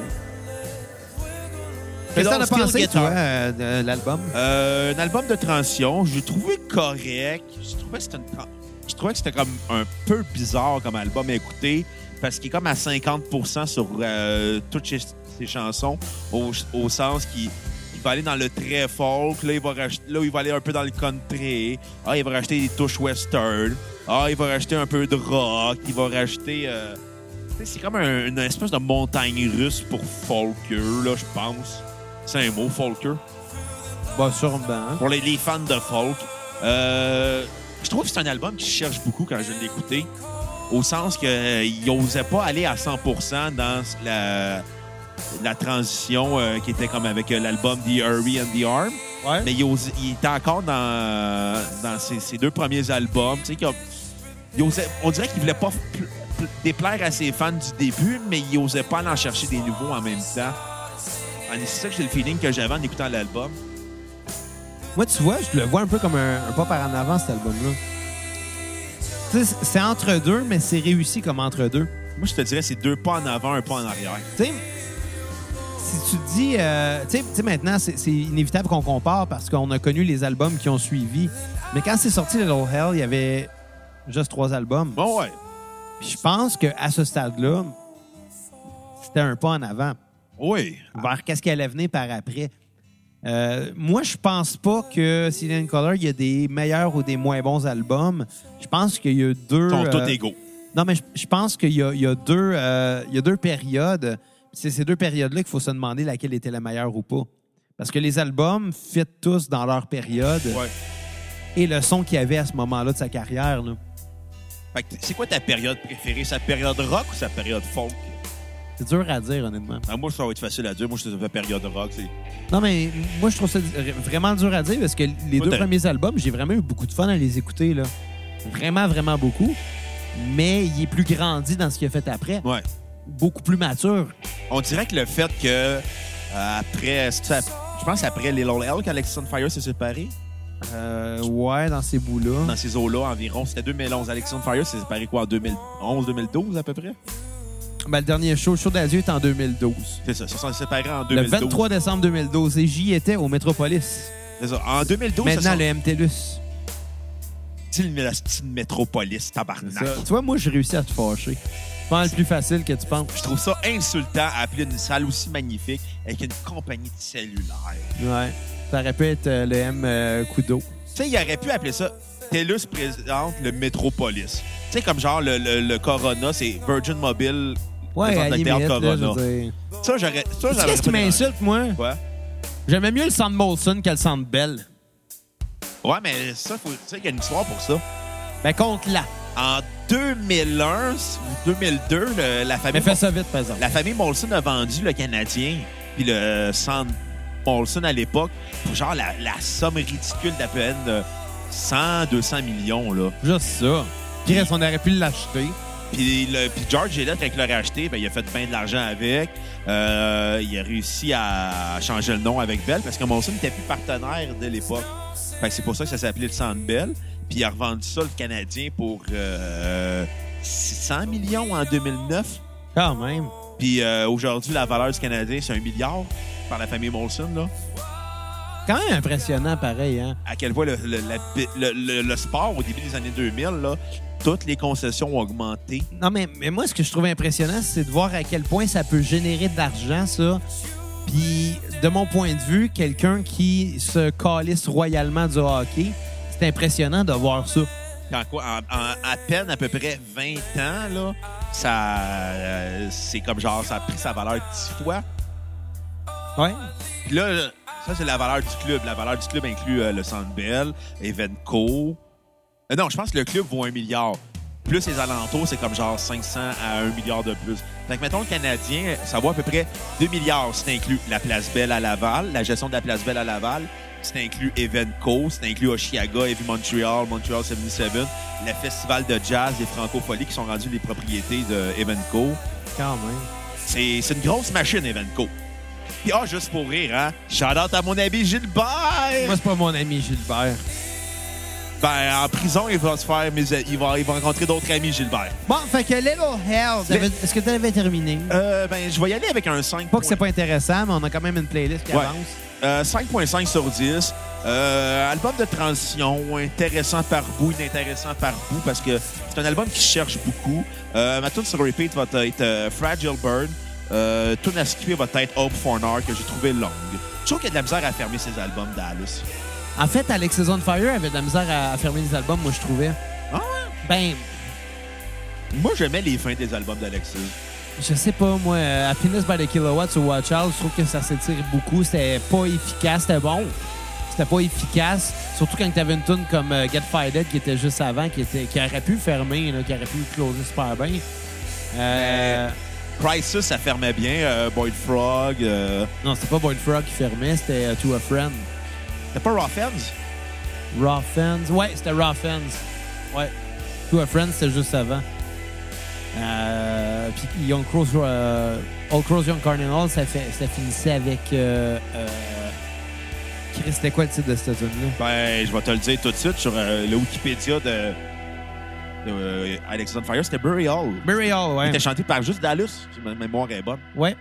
Qu'est-ce que t'en as
Steel
pensé,
Guitar.
toi, euh, de l'album?
Euh, un album de transition, je l'ai trouvé correct. Je trouvais que c'était une tran- je trouvais que c'était comme un peu bizarre comme album à écouter parce qu'il est comme à 50 sur euh, toutes ses, ses chansons au, au sens qu'il il va aller dans le très folk, là il, va rach- là il va aller un peu dans le country, ah, il va racheter des touches western, ah, il va racheter un peu de rock, il va racheter... euh, tu sais, c'est comme un- une espèce de montagne russe pour folker, là, je pense. C'est un mot, folker
Bah, sûrement.
pour les, les fans de folk. Euh, je trouve que c'est un album qui cherche beaucoup quand je l'ai écouté, au sens que euh, il n'osait pas aller à 100% dans la, la transition euh, qui était comme avec euh, l'album The Hurry and the Arm,
Ouais.
mais il, osait- il était encore dans, dans ses, ses deux premiers albums. Tu sais, qu'il a- il osait- on dirait qu'il voulait pas pl- pl- déplaire à ses fans du début, mais il osait pas aller en chercher des nouveaux en même temps. En- C'est ça que j'ai le feeling que j'avais en écoutant l'album.
Moi, tu vois, je le vois un peu comme un, un pas par en avant, cet album-là. Tu sais, c'est entre deux, mais c'est réussi comme entre deux.
Moi, je te dirais, c'est deux pas en avant, un pas en arrière.
Tu sais, si tu te dis... euh, tu sais- tu sais, maintenant, c'est c'est inévitable qu'on compare parce qu'on a connu les albums qui ont suivi. Mais quand c'est sorti Little Hell, il y avait juste trois albums.
Bon, ouais.
Puis je pense qu'à ce stade-là, c'était un pas en avant.
Oui.
vers qu'est-ce qu'elle allait venir par après. Euh, moi, je pense pas que Cillian Color, il y a des meilleurs ou des moins bons albums. Je pense qu'il y a deux.
Ils sont tous
euh,
égaux.
non, mais je, je pense qu'il y, a- il y a deux, euh, il y a deux périodes. C'est ces deux périodes-là qu'il faut se demander laquelle était la meilleure ou pas. Parce que les albums fit tous dans leur période
Ouais.
et le son qu'il y avait à ce moment-là de sa carrière. là.
Fait que c'est quoi ta période préférée? Sa période rock ou sa période folk?
C'est dur à dire, honnêtement.
Ah, moi, ça va être facile à dire. Moi, je te fais période rock. c'est-
Non, mais moi, je trouve ça d- vraiment dur à dire parce que les
Moi,
deux
t'as-
premiers albums, j'ai vraiment eu beaucoup de fun à les écouter. Là. Vraiment, vraiment beaucoup. Mais il est plus grandi dans ce qu'il a fait après.
Ouais.
Beaucoup plus mature.
On dirait que le fait que, euh, après, c'est-tu ap- je pense après Little Hell, qu'Alexis on Fire s'est séparé,
Euh, ouais, dans ces bouts-là.
dans ces eaux-là environ, c'était 2011. Alexis on Fire s'est séparé quoi, en 2011-2012 à peu près?
Ben, le dernier show, le show d'adieu, est en 2012.
C'est ça, ils se sont séparés en
Le
2012.
23 décembre 2012. Et j'y étais au Metropolis.
C'est ça. En 2012,
Maintenant,
ça
le MTLUS.
sont... la petite métropolis,
C'est
tabarnak.
ça. Tu vois, moi, j'ai réussi à te fâcher. C'est pas le plus facile que tu penses.
Je trouve ça insultant à appeler une salle aussi magnifique avec une compagnie de cellulaire.
Ouais. Ça aurait pu être euh, le M euh, Kudo.
Tu sais, il aurait pu appeler ça TELUS présente le Métropolis. Tu sais, comme genre le, le- le Corona, c'est Virgin Mobile.
Ouais,
les
à la
entreprises
limite, là, je
Corona.
veux dire.
Ça, j'aurais. Ça,
Tu sais
j'aurais
Qu'est-ce qui
pas dérangé.
m'insulte, moi?
Quoi?
J'aimais mieux le centre Molson que le centre Bell.
Ouais, mais ça, faut- tu sais qu'il y a une histoire pour ça.
Ben, compte là.
En 2001, ou 2002, le- la famille.
Mais fais ça vite, par exemple.
La famille Molson a vendu le Canadien, puis le centre Molson à l'époque, pour genre la, la somme ridicule d'à peine euh, 100, 200 millions, là.
Juste ça. Qui reste, on aurait pu l'acheter.
Puis, le, puis George Gillette, quand il l'a racheté, ben, il a fait bien de l'argent avec. Euh, il a réussi à changer le nom avec Bell, parce que Molson n'était plus partenaire de l'époque. Fait que c'est pour ça que ça s'appelait le centre Bell. Puis il a revendu ça, le Canadien, pour euh, 600 millions en 2009.
Quand même.
Puis euh, aujourd'hui, la valeur du Canadien, c'est un milliard par la famille Molson. Là.
Quand même impressionnant, pareil, hein?
À quel point le, le- la- le- le- le sport, au début des années 2000, là, toutes les concessions ont augmenté.
Non, mais, mais moi, ce que je trouve impressionnant, c'est de voir à quel point ça peut générer de l'argent, ça. Puis, de mon point de vue, quelqu'un qui se calisse royalement du hockey, c'est impressionnant de voir ça.
En, quoi, en, en à peine à peu près 20 ans, là, ça, euh, c'est comme genre, ça a pris sa valeur 10 fois.
Ouais.
Puis là, ça, c'est la valeur du club. La valeur du club inclut euh, le Centre Bell, Evenco. Euh, non, je pense que le club vaut un milliard. Plus les alentours, c'est comme genre 500 à 1 milliard de plus. Fait que, mettons, le Canadien, ça vaut à peu près 2 milliards. C'est inclus la Place Belle à Laval, la gestion de la Place Belle à Laval. C'est inclus Evenco, c'est inclus Oshiaga, Heavy Montreal, Montreal 77, le Festival de jazz des Francofolies qui sont rendus les propriétés de Evenco.
Quand même.
C'est c'est une grosse machine, Evenco. Puis, ah, juste pour rire, hein? Shout-out à mon ami Gilbert!
Moi, c'est pas mon ami Gilbert.
Ben, en prison, il va se faire... mes- il, va, il va rencontrer d'autres amis, Gilbert.
Bon, fait que Little Hell,
t'avais-
est-ce que tu avais terminé?
Euh, ben, je vais y aller avec un 5.
Pas que c'est pas intéressant, mais on a quand même une playlist qui
Ouais.
avance.
Euh, 5.5 sur 10. Euh, album de transition, intéressant par bout, inintéressant par bout, parce que c'est un album qui cherche beaucoup. Euh, ma tune sur repeat va être euh, Fragile Bird. Euh, tune à skipper va être Hope for an Hour, que j'ai trouvé longue. Je trouve qu'il y a de la misère à fermer ses albums d'Alice.
En fait, Alexis on Fire avait de la misère à, à fermer les albums, moi, je trouvais.
Ah ouais?
Ben,
Moi, j'aimais les fins des albums d'Alexis.
je sais pas, moi, euh, Happiness by the Kilowatt sur Watch Out, je trouve que ça s'étire beaucoup. C'était pas efficace, c'était bon. C'était pas efficace. Surtout quand t'avais une tune comme euh, Get Fired qui était juste avant, qui, était, qui aurait pu fermer, là, qui aurait pu closer super bien. Euh,
Crisis, ça fermait bien. euh, Boyd Frog. euh,
Non, c'était pas Boyd Frog qui fermait, c'était euh, To a Friend.
C'était pas Rough Ends?
Raw Fans. Ouais, c'était Raw Fans. Ouais. To a Friend, c'était juste avant. Euh, puis Young Crows, euh, Old Crows Young Cardinal, ça, fait, ça finissait avec. Euh, euh, Chris, c'était quoi le titre de cette tune-là?
Ben, je vais te le dire tout de suite sur euh, le Wikipédia de, de, euh, Alex on Fire. C'était Burial.
Burial,
Il
ouais.
était chanté par juste Dallas, si ma mémoire est bonne.
Ouais.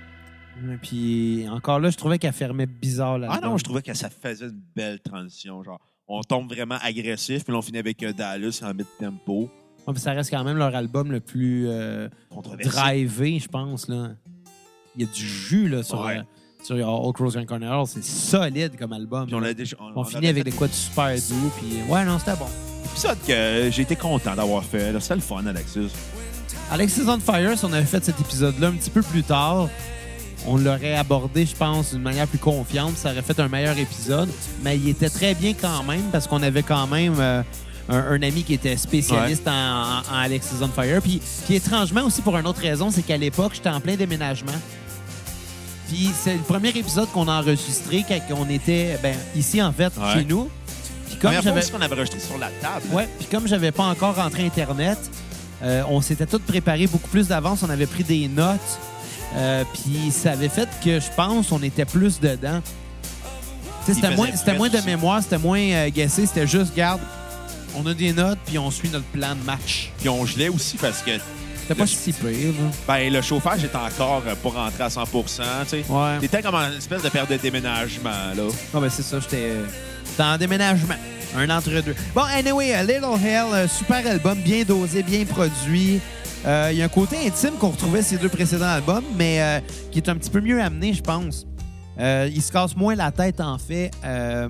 Et Puis encore là, je trouvais qu'elle fermait bizarre là
Ah non, je trouvais que ça faisait une belle transition. Genre, on tombe vraiment agressif, puis là, on finit avec euh, Dallas en mid-tempo.
ça reste quand même leur album le plus euh,
Controversé.
drivé, je pense. là. Il y a du jus là, sur,
Ouais.
euh, sur Old Crows Young Cardinal. C'est solide comme album.
Puis on, a déjà,
On,
on
finit
avait
avec
fait
des quoi de super doux, puis euh, ouais, non, c'était bon.
un épisode que j'ai été content d'avoir fait. là. C'était le fun, Alexis.
Alexis on Fire, si on avait fait cet épisode-là un petit peu plus tard, on l'aurait abordé, je pense, d'une manière plus confiante, ça aurait fait un meilleur épisode, mais il était très bien quand même, parce qu'on avait quand même euh, un, un ami qui était spécialiste en, en- en Alexis on Fire, puis, puis étrangement aussi pour une autre raison, c'est qu'à l'époque, j'étais en plein déménagement. Puis c'est le premier épisode qu'on a enregistré quand on était ben, ici, en fait,
Ouais.
chez nous. Puis
Comme
comme
la
j'avais...
qu'on avait rejeté sur la table.
Ouais, puis comme j'avais pas encore rentré Internet, euh, on s'était tout préparé beaucoup plus d'avance, on avait pris des notes, euh, puis ça avait fait que je pense on était plus dedans. Tu sais,
Il
C'était
faisait
moins,
plus
c'était moins de
aussi.
mémoire, c'était moins euh, guessé, c'était juste, garde, on a des notes, puis on suit notre plan de match.
Puis on gelait aussi parce que
C'était pas
Le-
si pire, là.
ben, le chauffage était encore euh, pas rentré à 100 tu sais.
Ouais.
T'étais comme en espèce de période de déménagement, là.
Non, ben c'est ça, j'étais j'étais en déménagement. Un entre-deux. Bon, anyway, euh, Little Hell, euh, super album, bien dosé, bien produit. Euh, Il y a un côté intime qu'on retrouvait ces deux précédents albums, mais euh, qui est un petit peu mieux amené, je pense. Euh, il se casse moins la tête, en fait. Euh,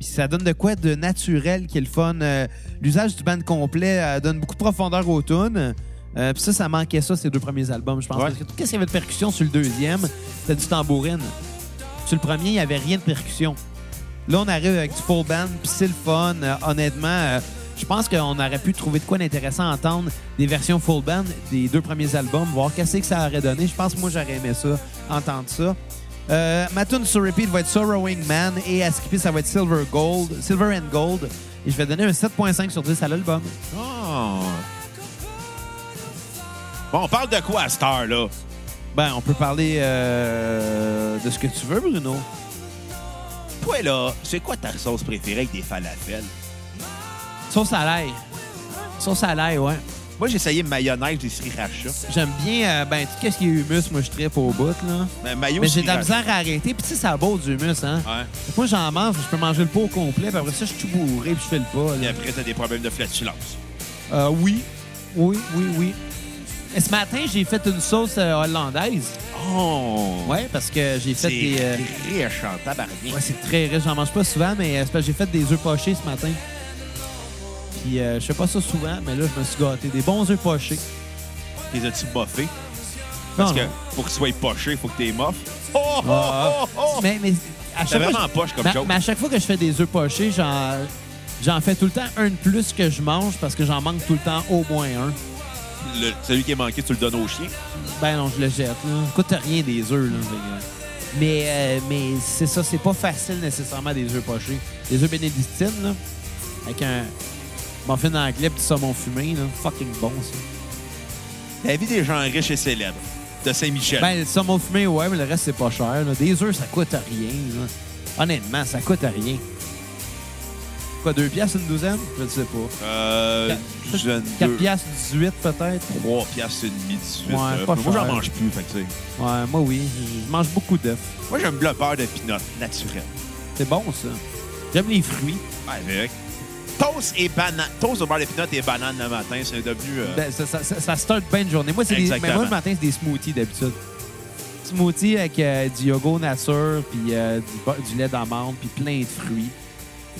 Puis ça donne de quoi de naturel qui est le fun. Euh, L'usage du band complet euh, donne beaucoup de profondeur aux tunes. Euh, puis ça, ça manquait ça, ces deux premiers albums, je pense.
Ouais.
Parce que tout ce qu'il y avait de percussion sur le deuxième, c'était du tambourine. Sur le premier, il n'y avait rien de percussion. Là, on arrive avec du full band, puis c'est le fun. Euh, honnêtement, euh, je pense qu'on aurait pu trouver de quoi d'intéressant à entendre des versions full band des deux premiers albums, voir qu'est-ce que ça aurait donné. Je pense que moi, j'aurais aimé ça, entendre ça. Euh, ma tune sur repeat va être Sorrowing Man et à skipper, ça va être Silver Gold, Silver and Gold. Et je vais donner un 7.5 sur 10 à l'album.
Oh. Bon, on parle de quoi à cette heure-là?
Ben, on peut parler euh, de ce que tu veux, Bruno.
Toi, là, c'est quoi ta sauce préférée avec des falafels?
Sauce à l'ail. Sauce à l'ail, ouais.
Moi, j'ai essayé mayonnaise et sriracha.
J'aime bien, euh, ben, tout ce qui est humus, moi, je tripe au bout, là.
Mais mayo,
Mais j'ai de la
sriracha.
misère à arrêter. Puis, tu sais, ça a beau du humus, hein.
Ouais.
Moi, j'en mange, je peux manger le pot au complet, puis après ça, je suis tout bourré, puis je fais le pas.
Et
là.
après, t'as des problèmes de flatulence.
Euh, oui. Oui, oui, oui. Et ce matin, j'ai fait une sauce euh, hollandaise.
Oh!
Ouais, parce que j'ai fait
C'est
des. euh,
riche en tabarnak.
Ouais, c'est très riche. J'en mange pas souvent, mais euh, c'est parce que j'ai fait des œufs pochés ce matin. Puis euh, je fais pas ça souvent, mais là, je me suis gâté. Des bons œufs pochés.
Les as-tu boffés?
Non,
Parce que
non.
pour qu'ils soient pochés, il faut que t'es moff. Oh, oh,
Ah,
oh, oh!
Mais, mais à
C'est
chaque fois,
vraiment poche comme
mais,
chose.
mais à chaque fois que je fais des œufs pochés, j'en, j'en fais tout le temps un de plus que je mange parce que j'en manque tout le temps au moins un.
Le- celui qui est manqué, tu le donnes au chien.
Ben non, je le jette. Là. Ça coûte rien des œufs. Là. Fait que- Mais, euh, mais c'est ça, c'est pas facile nécessairement des œufs pochés. Des œufs bénédictines, là, avec un muffin anglais et du saumon fumé, là. fucking bon ça.
La vie des gens riches et célèbres de Saint-Michel.
Ben, le saumon fumé, ouais, mais le reste, c'est pas cher. là. Des œufs, ça coûte rien. là. Honnêtement, ça coûte rien. Quoi, deux piastres, une douzaine? Je ne sais pas.
euh,
Quatre-
je donne
Quatre
deux-
piastres, 18 peut-être?
3 piastres et demi, 18.
Ouais,
euh,
pas
moi, j'en
cher.
mange plus. Fait que, tu sais.
Ouais, moi, oui. Je mange beaucoup d'œufs.
moi, j'aime le beurre de pinot naturel.
C'est bon, ça. J'aime les fruits.
Avec toast et banane. Toast au beurre de pinot et banane le matin, c'est devenu. euh,
Ben, ça, ça, ça, ça start bien une journée. Moi, c'est des,
Exactement.
mais moi, le matin, c'est des smoothies d'habitude. Smoothies avec euh, du yogourt nature, puis euh, du, bo- du lait d'amande, puis plein de fruits.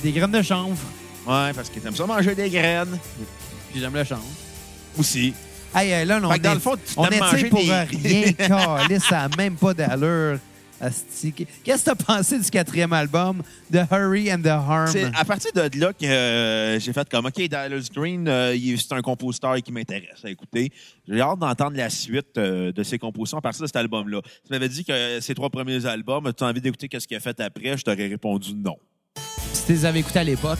Des graines de chanvre,
Ouais, parce que t'aimes ça manger des graines
puis j'aime le chanvre.
aussi.
Hey, euh, là, on,
Fait que dans
est-
le fond, tu
on
t'aimes manger
est pour
des-
rien, calé, ça n'a même pas d'allure. Asti. Qu'est-ce que t'as pensé du quatrième album, The Hurry and the Harm?
C'est à partir de là que euh, j'ai fait comme, OK, Dallas Green, euh, il- c'est un compositeur qui m'intéresse à écouter. J'ai hâte d'entendre la suite euh, de ses compositions à partir de cet album-là. Tu m'avais dit que euh, ses trois premiers albums, tu as envie d'écouter qu'est-ce qu'il a fait après, je t'aurais répondu non.
Si tu les avais écoutés à l'époque.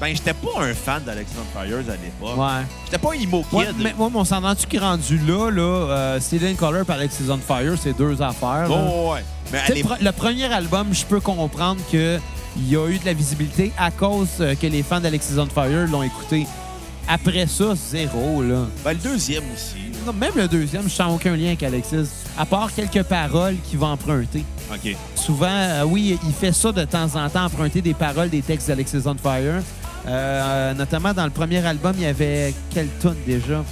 Ben, j'étais pas un fan d'Alexandre Fires à l'époque.
Ouais.
J'étais pas un emo kid.
Ouais, mais moi, mon s'entend-tu qui est rendu là, là, euh, Steven Color par Alexis on Fire, c'est deux affaires. là.
Bon, ouais. Mais à
Tu sais,
l'époque,
pre- le premier album, je peux comprendre que il y a eu de la visibilité à cause euh, que les fans d'Alexis on Fire l'ont écouté. Après ça, zéro, là.
ben, le deuxième aussi.
Non, Même le deuxième, je sens aucun lien avec Alexis, à part quelques paroles qu'il va emprunter.
OK.
Souvent, euh, oui, il fait ça de temps en temps, emprunter des paroles des textes d'Alexis on Fire. Euh, notamment dans le premier album, il y avait quelle tune déjà?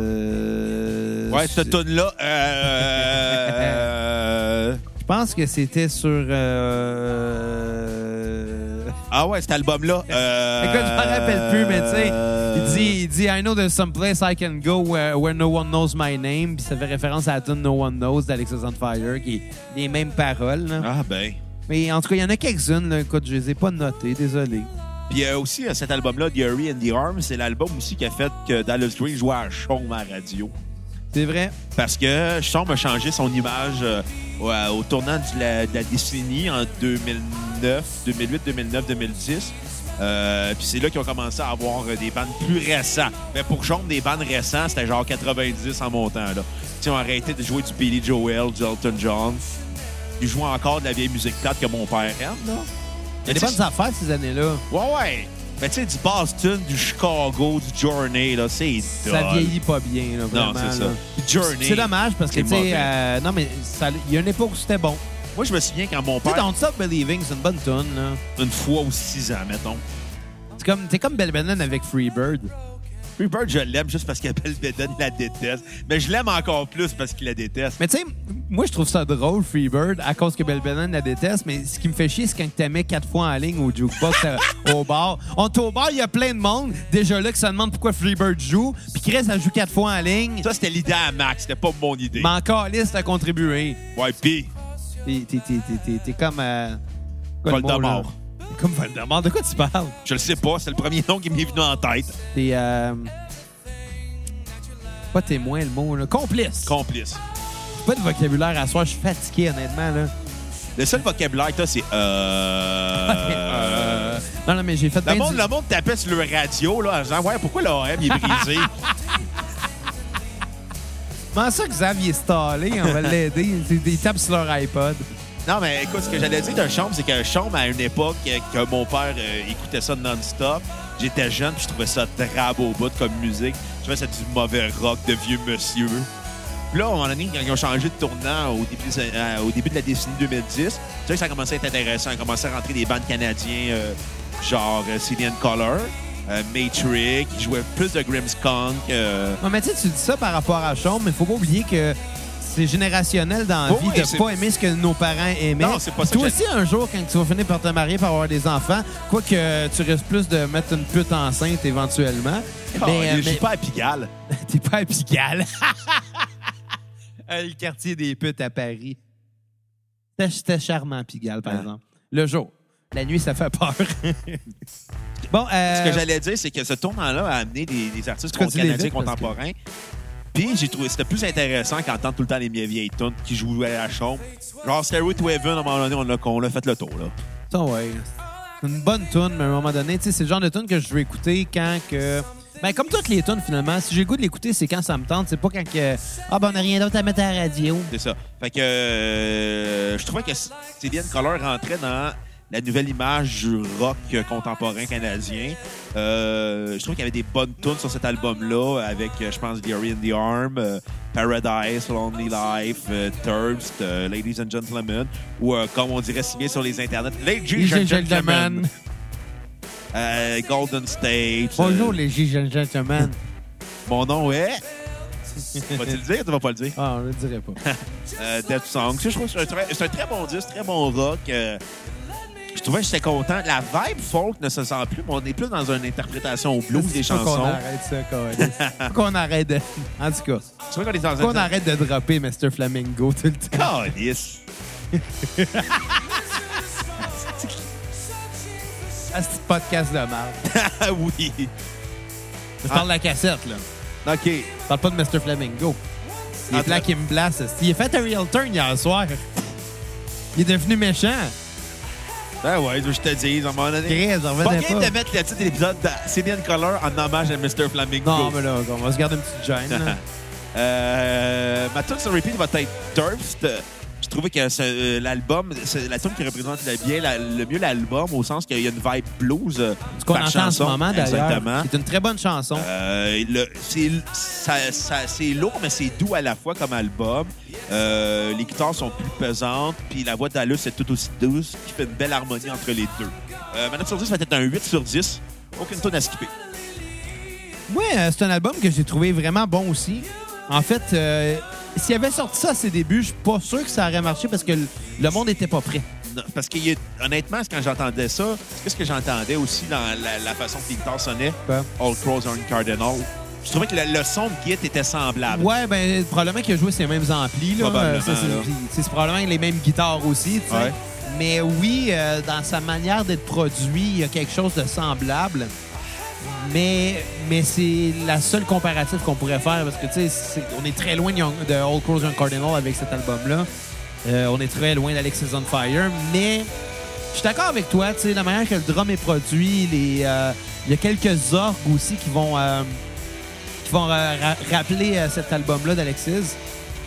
Euh...
Ouais, cette tune-là, euh...
Je pense que c'était sur. Euh...
Ah ouais, cet album-là. Euh...
Écoute, je m'en rappelle plus, mais tu sais, Il dit, il dit I know there's some place I can go where, where no one knows my name. Puis ça fait référence à la tune No One Knows d'Alexis on Fire, qui est les mêmes paroles. là.
Ah ben.
Mais en tout cas, il y en a quelques-unes. là. Écoute, je les ai pas notées, désolé.
Puis euh, aussi, euh, cet album-là, The Hurry and the Arm, c'est l'album aussi qui a fait que Dallas Green jouait à Chaume à la radio.
C'est vrai.
Parce que Chaume a changé son image euh, au, euh, au tournant de la, de la décennie en 2009, 2008, 2009, 2010. Euh, puis c'est là qu'ils ont commencé à avoir euh, des bandes plus récents. Mais pour Chaume, des bandes récents, c'était genre 90 en montant. Là. Tu sais, Ils ont arrêté de jouer du Billy Joel, du Elton John. Ils jouent encore de la vieille musique plate que mon père aime. Là.
Il y a des bonnes affaires ces années-là.
Ouais, ouais. Mais tu sais, du Boston, du Chicago, du Journey, là, c'est
Ça
dole.
vieillit pas bien, là, vraiment.
Non, c'est ça.
là.
Puis Journey.
C'est dommage parce que,
C'est
tu sais,
mauvais.
euh, non, mais ça- il y a une époque où c'était bon.
Moi, je me souviens quand mon
Tu sais,
père,
Don't Stop Believing, c'est une bonne tune, là.
une fois ou six ans, mettons.
C'est comme, t'es comme Belle Bennen avec Freebird.
Free Bird, je l'aime juste parce qu'Abel Beden la déteste. Mais je l'aime encore plus parce qu'il la déteste.
Mais tu sais, moi, je trouve ça drôle, Freebird, à cause que Belbenon la déteste. Mais ce qui me fait chier, c'est quand t'aimais quatre fois en ligne au jukebox, euh, au bar. On est au bar, il y a plein de monde, déjà là, qui se demande pourquoi Freebird joue. Puis Chris, elle joue quatre fois en ligne.
Ça, c'était l'idée à Max. C'était pas mon idée.
Mais encore, liste à contribuer.
Ouais, pis,
T'es- t'es- t'es- t'es- t'es- T'es comme. euh, quoi le mot,
Voldemort.
là? T'es Comme Voldemort. De quoi tu parles?
Je le sais pas. C'est le premier nom qui m'est venu en tête.
T'es. euh, Pas témoin, le mot, là. Complice.
Complice.
pas de vocabulaire à soir. Je suis fatigué, honnêtement, là.
Le seul vocabulaire que t'as, c'est euh.
Non, non, mais j'ai fait
Le
bien
monde,
du-
le monde tapait sur le radio là, en disant Ouais, pourquoi l'OM est brisé
Comment ça que Xavier est stallé? On va l'aider. Il il tape sur leur iPod.
Non, mais écoute, ce que j'allais dire d'un chôme, c'est qu'un chôme, à une époque euh, que mon père euh, écoutait ça non-stop, j'étais jeune puis je trouvais ça drabe au bout comme musique. Je trouvais ça du mauvais rock de vieux monsieur. Puis là, à un moment donné, quand ils ont changé de tournant au début, des- euh, au début de la décennie 2010, c'est là que ça a commencé à être intéressant. Il a commencé à rentrer des bandes canadiens euh, genre euh, Cillian Color, euh, Matrix, ils jouaient plus de Grimmskunk. euh,
Non, mais tu sais, tu dis ça par rapport à Chaume, mais faut pas oublier que c'est générationnel dans la
Oh
vie
oui,
de
c'est-
pas aimer ce que nos parents aimaient.
Non, c'est pas ça
Toi
que
aussi, un jour, quand tu vas finir par te marier, par avoir des enfants, quoique tu risques plus de mettre une pute enceinte éventuellement.
mais,
mais,
je suis pas à Pigalle.
T'es pas à Pigalle. Euh, Le quartier des putes à Paris. C'était- C'était charmant, Pigalle, par
Hein?
exemple. Le jour. La nuit, ça fait peur. bon,
Ce que
euh,
j'allais dire, c'est que ce tournant-là a amené des, des artistes
Pourquoi tu
canadiens
l'évites? Parce que-
contemporains. Puis j'ai trouvé c'était plus intéressant qu'entendre tout le temps les miennes vieilles tunes qui jouaient à la chambre. Genre Stairway to Heaven, à un moment donné, on l'a, on l'a fait le tour. Là.
ça, ouais. C'est une bonne tune, mais à un moment donné, tu sais, c'est le genre de tune que je veux écouter quand que. Ben, comme toutes les tunes, finalement, si j'ai le goût de l'écouter, c'est quand ça me tente. C'est pas quand que. Ah, ben, on n'a rien d'autre à mettre à la radio.
C'est ça. Fait que euh, je trouvais que Céline Collard rentrait dans la nouvelle image du rock contemporain canadien. Euh, je trouve qu'il y avait des bonnes tunes sur cet album-là, avec, euh, je pense, Diary in the Arm, euh, Paradise, Lonely Life, euh, Thirst, euh, Ladies and Gentlemen, ou euh, comme on dirait si bien sur les internets, Ladies and Gentlemen, euh, Golden State.
Bonjour,
euh,
les jeunes gentlemen.
Mon nom est... Vas-tu le dire ou tu vas pas le dire?
Ah, on le dirait pas.
euh, Death Song. Ça, Je trouve que c'est un, très- c'est un très bon disque, très bon rock. euh, je trouvais que j'étais content. La vibe folk ne se sent plus, mais on est plus dans une interprétation au blues des
Faut qu'on
chansons.
arrête ça, Carlis. Faut qu'on arrête de... En tout cas,
Je trouvais qu'on est dans
faut qu'on
une...
arrête de dropper Mr. Flamingo tout le temps.
Calisse.
À ce petit Ah, podcast de merde.
Ah oui.
Je parle de la cassette, là.
OK.
Je parle pas de Mr. Flamingo. Il est
Entre-
black, il me blast. esti. Il a fait un real turn hier soir. Il est devenu méchant.
Ben ouais, je te dis, à un moment donné.
Chris, on
Pas
revenait
game
pas.
de mettre le titre de l'épisode de Céline Color en hommage à Mr. Flamingo.
Non, mais là, on va se garder une petite gêne. là.
Euh, ma tune sur repeat va être Thirst. Je trouvais que ce- euh, l'album, c'est la tune qui représente le bien, la- le mieux l'album, au sens qu'il y a une vibe blues. euh,
Ce qu'on
par
entend en ce
chanson.
moment, d'ailleurs,
Exactement.
c'est une très bonne chanson.
Euh, le- c'est ça- ça- c'est lourd, mais c'est doux à la fois comme album. Euh, les guitares sont plus pesantes, puis la voix d'Alus est tout aussi douce, qui fait une belle harmonie entre les deux. Euh, ma note sur 10 va être un 8 sur 10. Aucune tune à skipper.
Moi, euh, c'est un album que j'ai trouvé vraiment bon aussi. En fait, euh, s'il avait sorti ça à ses débuts, je suis pas sûr que ça aurait marché parce que le- le monde était pas prêt.
Non, Parce que honnêtement, quand j'entendais ça, qu'est-ce que j'entendais aussi dans la, la façon que les guitares sonnaient?
Quoi?
All Crows are in Cardinal. Je trouvais que le, le son de guide était semblable.
Ouais, ben probablement qu'il a joué ses mêmes amplis. Là.
Ah, Probablement,
Euh, ça, c'est-
là.
puis, c'est c'est probablement les mêmes guitares aussi. tu sais.
Ouais.
Mais oui, euh, dans sa manière d'être produit, il y a quelque chose de semblable. Mais, mais c'est la seule comparative qu'on pourrait faire parce que tu sais, c'est- on est très loin de Young- de Old Crows and Cardinal avec cet album-là. Euh, on est très loin d'Alexis on Fire, mais je suis d'accord avec toi, tu sais, la manière que le drum est produit, les, euh, il y a quelques orgues aussi qui vont, euh, qui vont ra- ra- rappeler euh, cet album-là d'Alexis.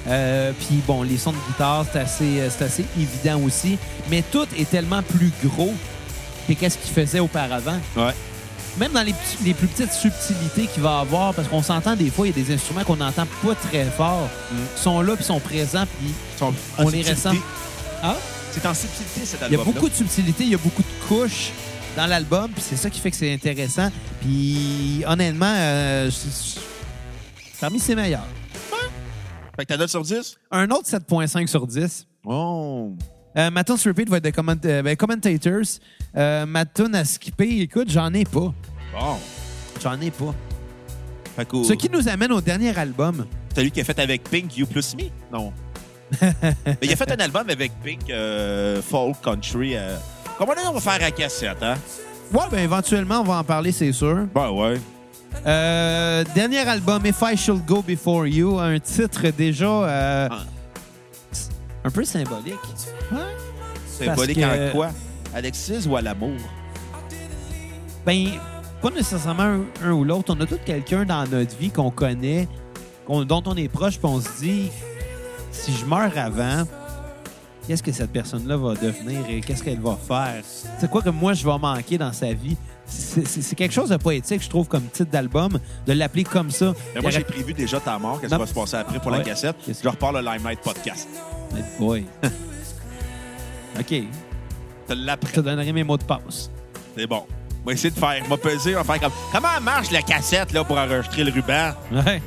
Euh, Puis bon, les sons de guitare, c'est assez, euh, c'est assez évident aussi. Mais tout est tellement plus gros que qu'est-ce qu'il faisait auparavant.
Ouais.
Même dans les, petits- les plus petites subtilités qu'il va avoir, parce qu'on s'entend des fois, il y a des instruments qu'on n'entend pas très fort,
Mm.
Ils sont là, puis sont présents, puis
Son-
on
en
les
subtilité. Ah,
ressent. Hein?
C'est en subtilité, cet
Il y
album
a beaucoup de subtilités, il y a beaucoup de couches. dans l'album. Puis c'est ça qui fait que c'est intéressant. Puis honnêtement, euh, c'est- c'est parmi ses meilleurs.
Fait que ta note sur 10?
Un autre 7.5 sur 10.
Oh.
Euh, ma tune sur repeat va être de comment- euh, ben, Commentators. Euh, ma tune à skipper, écoute, j'en ai pas.
Bon.
J'en ai pas.
Fait que,
Ce qui nous amène au dernier album.
celui qui a fait avec Pink, You Plus Me? Non. Mais il a fait un album avec Pink, euh, Folk Country. euh. Comment on va faire à cassette, hein?
Ouais, ben éventuellement, on va en parler, c'est sûr.
Ben ouais.
Euh, dernier album, If I Should Go Before You, un titre déjà euh,
Ah.
un peu symbolique. Ouais.
Symbolique
Parce que-
en quoi? Alexis ou à l'amour?
Ben, pas nécessairement un, un ou l'autre. On a tous quelqu'un dans notre vie qu'on connaît, qu'on- dont on est proche, puis on se dit si je meurs avant, qu'est-ce que cette personne-là va devenir et qu'est-ce qu'elle va faire C'est quoi que moi je vais manquer dans sa vie C'est c'est- c'est quelque chose de poétique, je trouve, comme titre d'album, de l'appeler comme ça.
Mais Ben, moi, j'ai prévu déjà ta mort, qu'est-ce qui
Non.
va se passer après pour
Ouais.
la cassette.
Qu'est-ce que-
Je repars le Limelight Podcast.
Oui. OK.
T'as
Je
l'après.
te donnerai mes mots de passe.
C'est bon. On va essayer de faire. On va peser, on va faire comme. Comment marche la cassette là, pour enregistrer le ruban?
Ouais.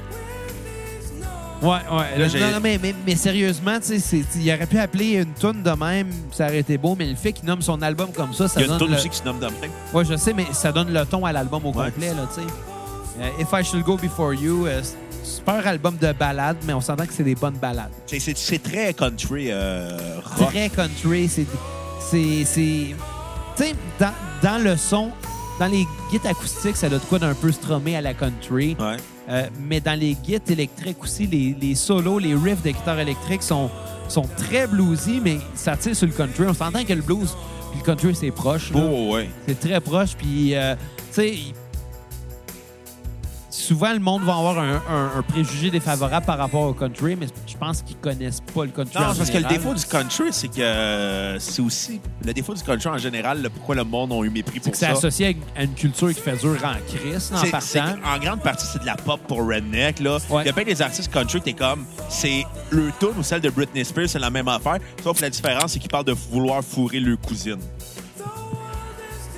Ouais, ouais.
Là, j'ai-
non, non, mais, mais, mais sérieusement, tu sais, c'est- il aurait pu appeler une toune de même, ça aurait été beau, mais le fait qu'il nomme son album comme ça,
Il
ça
y a une
donne.
tourne
Le...
aussi qui se nomme de même.
Ouais, je sais, mais ça donne le ton à l'album au
Ouais.
complet, là, tu sais. Euh, If I Should Go Before You, euh, c'est- super album de balades, mais on s'entend que c'est des bonnes balades.
C'est- C'est c'est très country euh, rock.
Très country, c'est. C'est. c'est- Tu sais, dans, dans le son, dans les guides acoustiques, ça a de quoi d'un peu stromé à la country.
Ouais.
Euh, mais dans les guits électriques aussi, les, les solos, les riffs de guitare électrique sont, sont très bluesy, mais ça tire sur le country. On s'entend que le blues puis le country, c'est proche. là.
Beau, ouais.
C'est très proche. Puis, euh, tu sais, il- souvent, le monde va avoir un, un- un préjugé défavorable par rapport au country, mais je pense qu'ils connaissent pas le country.
Non,
en
c'est parce que le
général.
défaut du country, c'est que euh, c'est aussi. Le défaut du country en général, le- pourquoi le monde a eu mépris
c'est
pour
que c'est
ça.
associé à une- à une culture qui fait dur en crise en
C'est- c'est-
partant.
en grande partie, c'est de la pop pour redneck. Là.
Ouais.
Il y a plein des artistes country que t'es comme, c'est le tune ou celle de Britney Spears, c'est la même affaire. Sauf que la différence, c'est qu'ils parlent de vouloir fourrer leur cousine.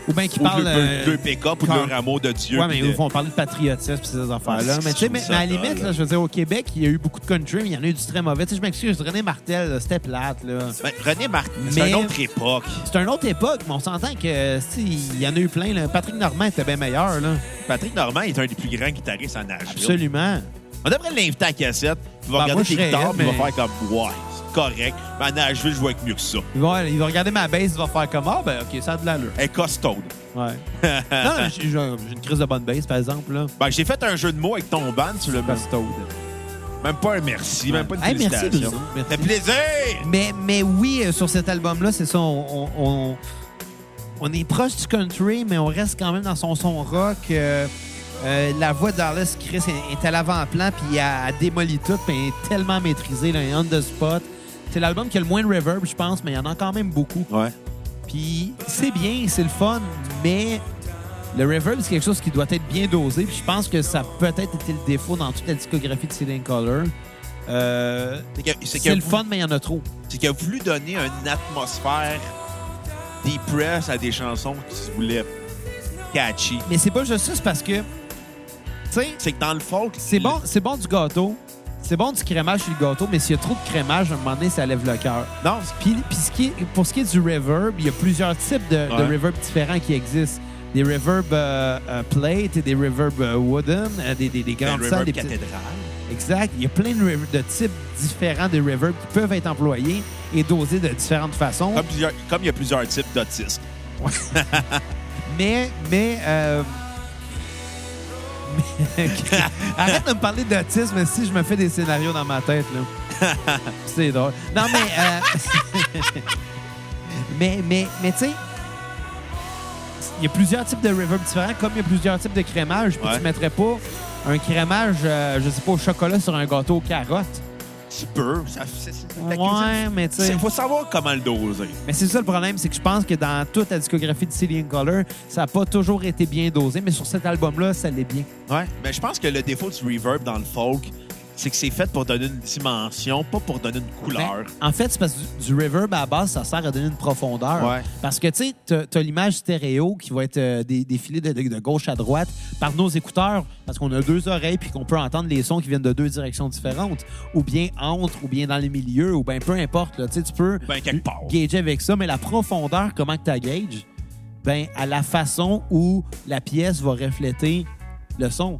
Ou bien qui
Ou de
parle.
leur-
euh,
de leur pick-up ou de
quand-
leur amour de Dieu.
Ouais,
puis
mais
de-
ils vont parler de patriotisme et ces affaires-là.
Ah,
mais tu sais,
c'est
mais,
ça,
mais à la
ça,
limite,
là.
là, je veux dire, au Québec, il y a eu beaucoup de country, mais il y en a eu du très mauvais. Tu sais, je m'excuse, René Martel, là, c'était plate, là.
Ben, René Martin, c'est
Mais-
une autre époque.
C'est une autre époque, mais on s'entend que, si, il y en a eu plein, là. Patrick Normand était bien meilleur, là.
Patrick Normand est un des plus grands guitaristes en Nashville.
Absolument.
On devrait l'inviter à cassette. Il va
Ben, moi,
regarder
je
tes
serais
guitares,
elle,
puis il
mais-
va faire comme, ouais, c'est correct. Mais à Nashville, je vois avec mieux que ça.
Il va, il va regarder ma base, il va faire comme, ah, ben, OK, ça a de l'allure.
Elle est costaude.
Ouais. non, mais j'ai j'ai une crise de bonne base, par exemple, là.
Ben, j'ai fait un jeu de mots avec ton band, tu l'as même,
Costaud.
même pas un merci, même pas une
Hey, merci,
félicitation.
Bruno. Merci.
Ça fait plaisir!
Mais, mais oui, euh, sur cet album-là, c'est ça. On, on, on- on est proche du country, mais on reste quand même dans son son rock. euh, euh, la voix d'Arles Chris est, est à l'avant-plan, puis elle, elle démolit tout, mais elle est tellement maîtrisée, là, elle est on the spot. C'est l'album qui a le moins de reverb, je pense, mais il y en a quand même beaucoup.
Ouais.
Puis c'est bien, c'est le fun, mais le reverb, c'est quelque chose qui doit être bien dosé. Puis je pense que ça a peut-être été le défaut dans toute la discographie de Céline Color. Euh,
C'est que- c'est que
c'est le
vous-
fun, mais il y en a trop.
C'est qu'il a voulu donner une atmosphère depress à des chansons qui se voulaient catchy.
Mais c'est pas juste ça, c'est parce que, tu sais,
C'est que dans le folk,
c'est bon, c'est bon du gâteau, c'est bon du crémage sur le gâteau, mais s'il y a trop de crémage, à un moment donné, ça lève le cœur.
Non, c'est-
Puis, puis ce qui est- pour ce qui est du reverb, il y a plusieurs types de, de
Ouais.
reverb différents qui existent. Des reverb euh, euh, plate et des reverb euh, wooden, euh, des, des, des
c'est un
grandes salles,
reverb
des petites-
cathédrale.
Exact. Il y a plein de, reverb- de types différents de reverb qui peuvent être employés et dosés de différentes façons.
Comme, plusieurs- comme il y a plusieurs types d'autistes.
Mais, mais, euh, mais- arrête de me parler d'autisme si je me fais des scénarios dans ma tête là. C'est drôle. Non mais, euh, mais, mais, mais tu sais, il y a plusieurs types de reverb différents, comme il y a plusieurs types de crémage. Puis
Ouais.
tu mettrais pas un crémage, euh, je sais pas, au chocolat sur un gâteau aux carottes.
Tu peux. Ça, c'est- c'est- la cuisine,
Ouais, mais tu sais.
Il faut savoir comment le doser.
Mais c'est ça le problème, c'est que je pense que dans toute la discographie de Cillian Color, ça n'a pas toujours été bien dosé, mais sur cet album-là, ça l'est bien.
Ouais. Mais je pense que le défaut du reverb dans le folk, c'est que c'est fait pour donner une dimension, pas pour donner une couleur.
Ben, en fait, c'est parce que du, du reverb à la base, ça sert à donner une profondeur.
Ouais.
Parce que, tu sais, t'as- t'as l'image stéréo qui va être euh, dé- défilée de, de gauche à droite par nos écouteurs, parce qu'on a deux oreilles puis qu'on peut entendre les sons qui viennent de deux directions différentes, ou bien entre, ou bien dans les milieux, ou bien peu importe. là. Tu sais, tu peux
Ben, quelque part.
gager avec ça, mais la profondeur, comment que tu gages? Ben, à la façon où la pièce va refléter le son.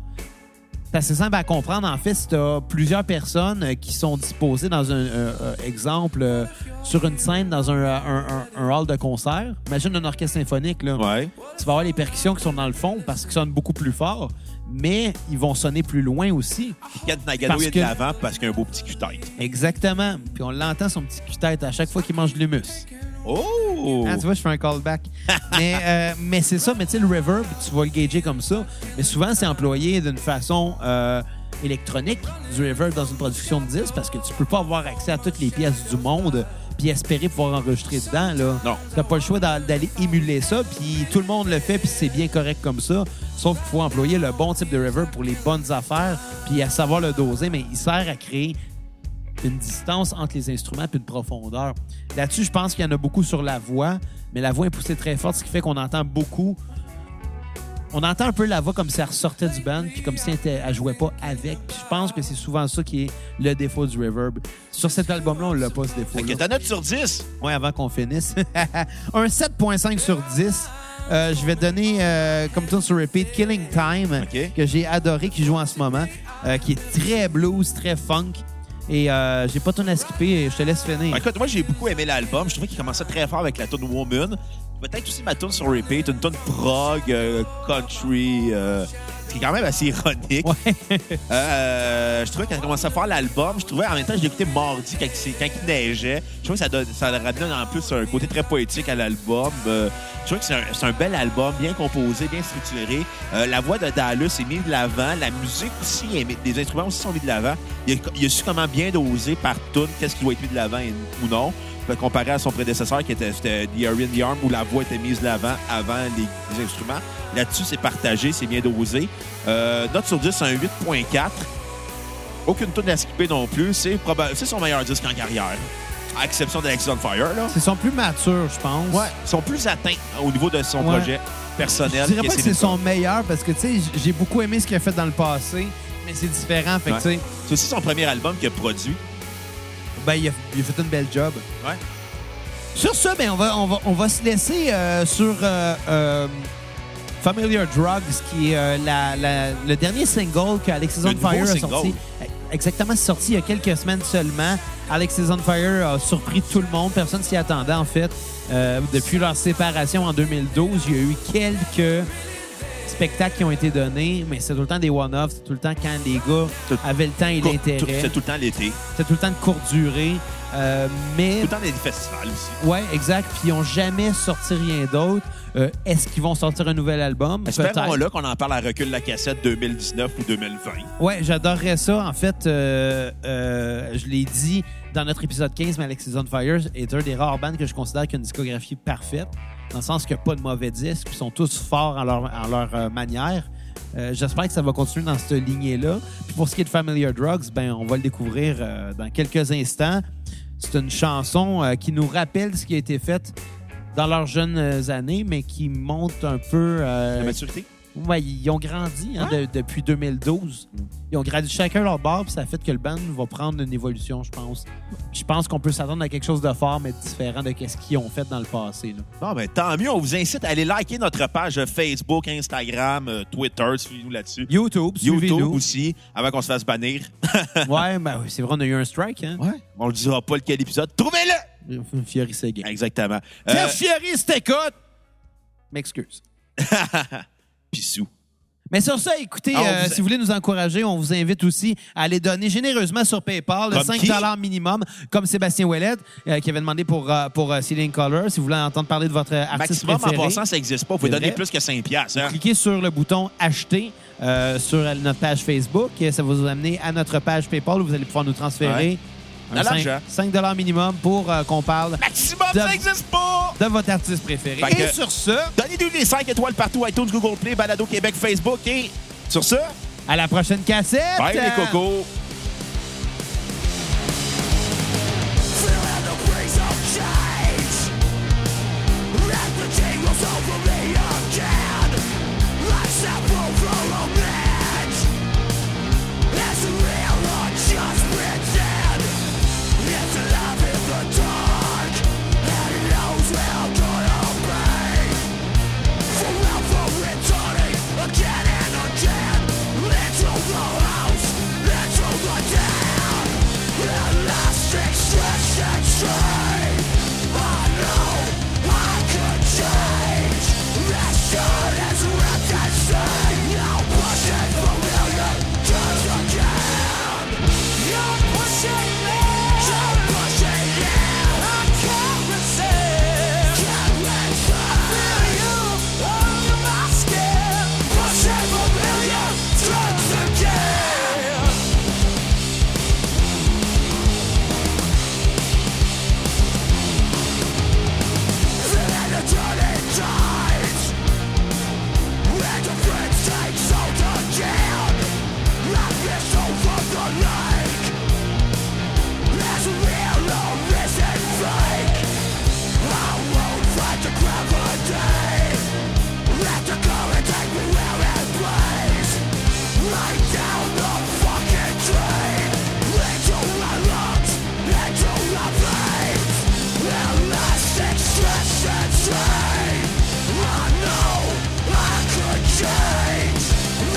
C'est assez simple à comprendre. En fait, si tu as plusieurs personnes euh, qui sont disposées dans un euh, euh, exemple euh, sur une scène, dans un, euh, un- un- un hall de concert, imagine un orchestre symphonique. Là.
Ouais.
Tu vas avoir les percussions qui sont dans le fond parce qu'ils sonnent beaucoup plus fort, mais ils vont sonner plus loin aussi.
Il y a de Nagano
Parce
et de
que-
l'avant parce qu'il y a un beau petit cul-tête.
Exactement. Puis on l'entend son petit cul-tête à chaque fois qu'il mange de l'humus.
Oh!
Ah, tu vois, je fais un callback. mais euh, mais c'est ça, mais tu sais, le reverb, tu vas le gager comme ça. Mais souvent, c'est employé d'une façon euh, électronique, du reverb dans une production de disques, parce que tu peux pas avoir accès à toutes les pièces du monde puis espérer pouvoir enregistrer dedans. Là.
Non.
T'as pas le choix d'a- d'aller émuler ça, puis tout le monde le fait, puis c'est bien correct comme ça. Sauf qu'il faut employer le bon type de reverb pour les bonnes affaires, puis à savoir le doser, mais il sert à créer une distance entre les instruments puis une profondeur. Là-dessus, je pense qu'il y en a beaucoup sur la voix, mais la voix est poussée très forte, ce qui fait qu'on entend beaucoup. On entend un peu la voix comme si elle ressortait du band, puis comme si elle, était- elle jouait pas avec. Puis je pense que c'est souvent ça qui est le défaut du reverb. Sur cet album-là, on l'a pas ce défaut.
Fait que ta note sur 10,
Ouais, avant qu'on finisse. un 7.5 sur 10. Euh, je vais donner, euh, comme tout sur repeat, Killing Time,
OK.
que j'ai adoré, qui joue en ce moment, euh, qui est très blues, très funk. Et euh, j'ai pas ton à skipper, et je te laisse finir.
Ben, écoute, moi j'ai beaucoup aimé l'album. Je trouvais qu'il commençait très fort avec la tune Woman. Peut-être aussi ma tune sur repeat, une tune prog, euh, country, euh, ce qui est quand même assez ironique.
Ouais.
Euh, je trouvais qu'elle commençait à faire l'album. Je trouvais en même temps, je l'écoutais mardi quand il, s'est- quand il neigeait. Je trouvais que ça, donne- ça le ramenait en plus un côté très poétique à l'album. Euh, je trouvais que c'est un, c'est un bel album, bien composé, bien structuré. Euh, la voix de Dallas est mise de l'avant. La musique aussi, est mis- les instruments aussi sont mis de l'avant. Il, a- il a su comment bien doser par tune qu'est-ce qui doit être mis de l'avant et- ou non. Fait, Comparé à son prédécesseur qui était, c'était The Air in the Arm où la voix était mise de l'avant avant les, les instruments. Là-dessus, c'est partagé, c'est bien dosé. Euh, note sur 10, c'est un 8.4. Aucune tourne à skipper non plus. C'est proba- c'est son meilleur disque en carrière. À exception d'Alexis on Fire, là.
C'est son plus mature, je pense.
Ils sont plus atteints hein, au niveau de son
Ouais.
projet personnel.
Je dirais pas que c'est
Céline
son
Dion.
meilleur parce que, tu sais, j- j'ai beaucoup aimé ce qu'il a fait dans le passé, mais c'est différent. Fait que,
Ouais.
tu sais,
C'est aussi son premier album qu'il a produit.
ben, il a, il a fait une belle job.
Ouais.
Sur ce, ben, on, va, on, va, on va se laisser euh, sur euh, euh, Familiar Drugs, qui est euh, la- la- le dernier single que Alexis
Le
on Fire a
nouveau
sorti. E,
single.
Exactement, c'est sorti il y a quelques semaines seulement. Alexis on Fire a surpris tout le monde. Personne s'y attendait, en fait. Euh, depuis leur séparation en 2012, il y a eu quelques spectacles qui ont été donnés, mais c'est tout le temps des one-offs. C'est tout le temps quand les gars
Tout-
avaient le temps et
Tout-
l'intérêt.
tout- C'est tout le temps l'été.
C'était tout le temps de courte durée. Euh, mais,
Tout le temps des festivals aussi.
ouais, exact. Puis, ils n'ont jamais sorti rien d'autre. Euh, Est-ce qu'ils vont sortir un nouvel album?
Espérons là qu'on en parle à recul de la cassette 2019 ou 2020.
Ouais, j'adorerais ça. En fait, euh, euh, je l'ai dit dans notre épisode 15, mais Alexis on Fire est un des rares bands que je considère qui a une discographie parfaite, dans le sens qu'il n'y a pas de mauvais disques, puis ils sont tous forts en leur, en leur euh, manière. Euh, J'espère que ça va continuer dans cette lignée-là. Puis pour ce qui est de Familiar Drugs, ben on va le découvrir euh, dans quelques instants. C'est une chanson euh, qui nous rappelle ce qui a été fait dans leurs jeunes euh, années, mais qui monte un peu euh,
La maturité?
Ouais, ils ont grandi hein,
Ouais.
de- depuis 2012. Ils ont grandi chacun leur bord, puis ça fait que le band va prendre une évolution, je pense. Je pense qu'on peut s'attendre à quelque chose de fort, mais différent de ce qu'ils ont fait dans le passé. là.
Bon, ben tant mieux. On vous incite à aller liker notre page Facebook, Instagram, euh, Twitter. Suivez-nous là-dessus.
YouTube,
YouTube
suivez-nous.
aussi, avant qu'on se fasse bannir.
ouais, ben, oui, c'est vrai, on a eu un strike. Hein?
Ouais. On ne dira pas lequel épisode. Trouvez-le!
Fiori Seguin.
Exactement. Euh,
Pierre Fiori, si t'écoutes! M'excuse.
Pissou.
Mais sur ça, écoutez,
Ah, on
euh,
vous-
si vous voulez nous encourager, on vous invite aussi à aller donner généreusement sur PayPal le
Comme
5
qui?
minimum, comme Sébastien Ouellet, euh, qui avait demandé pour, euh, pour euh, Ceiling Color. Si vous voulez entendre parler de votre artiste
Maximum, en
préféré,
passant, ça n'existe pas. Vous pouvez
C'est
donner
vrai.
plus que 5 piastres. hein.
cliquez sur le bouton Acheter euh, sur notre page Facebook. Et ça va vous amener à notre page PayPal où vous allez pouvoir nous transférer
De
un
l'argent.
5, minimum pour euh, qu'on parle
Maximum,
De-
ça n'existe pas!
de votre artiste préféré.
Fait
Et
que-
sur ce,
Donnez-nous les 5 étoiles partout, iTunes, Google Play, Balado Québec, Facebook et... Sur ce,
à la prochaine cassette!
bye les cocos!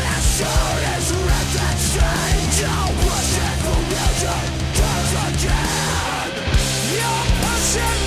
Don't push it for real, you're again. You're pushing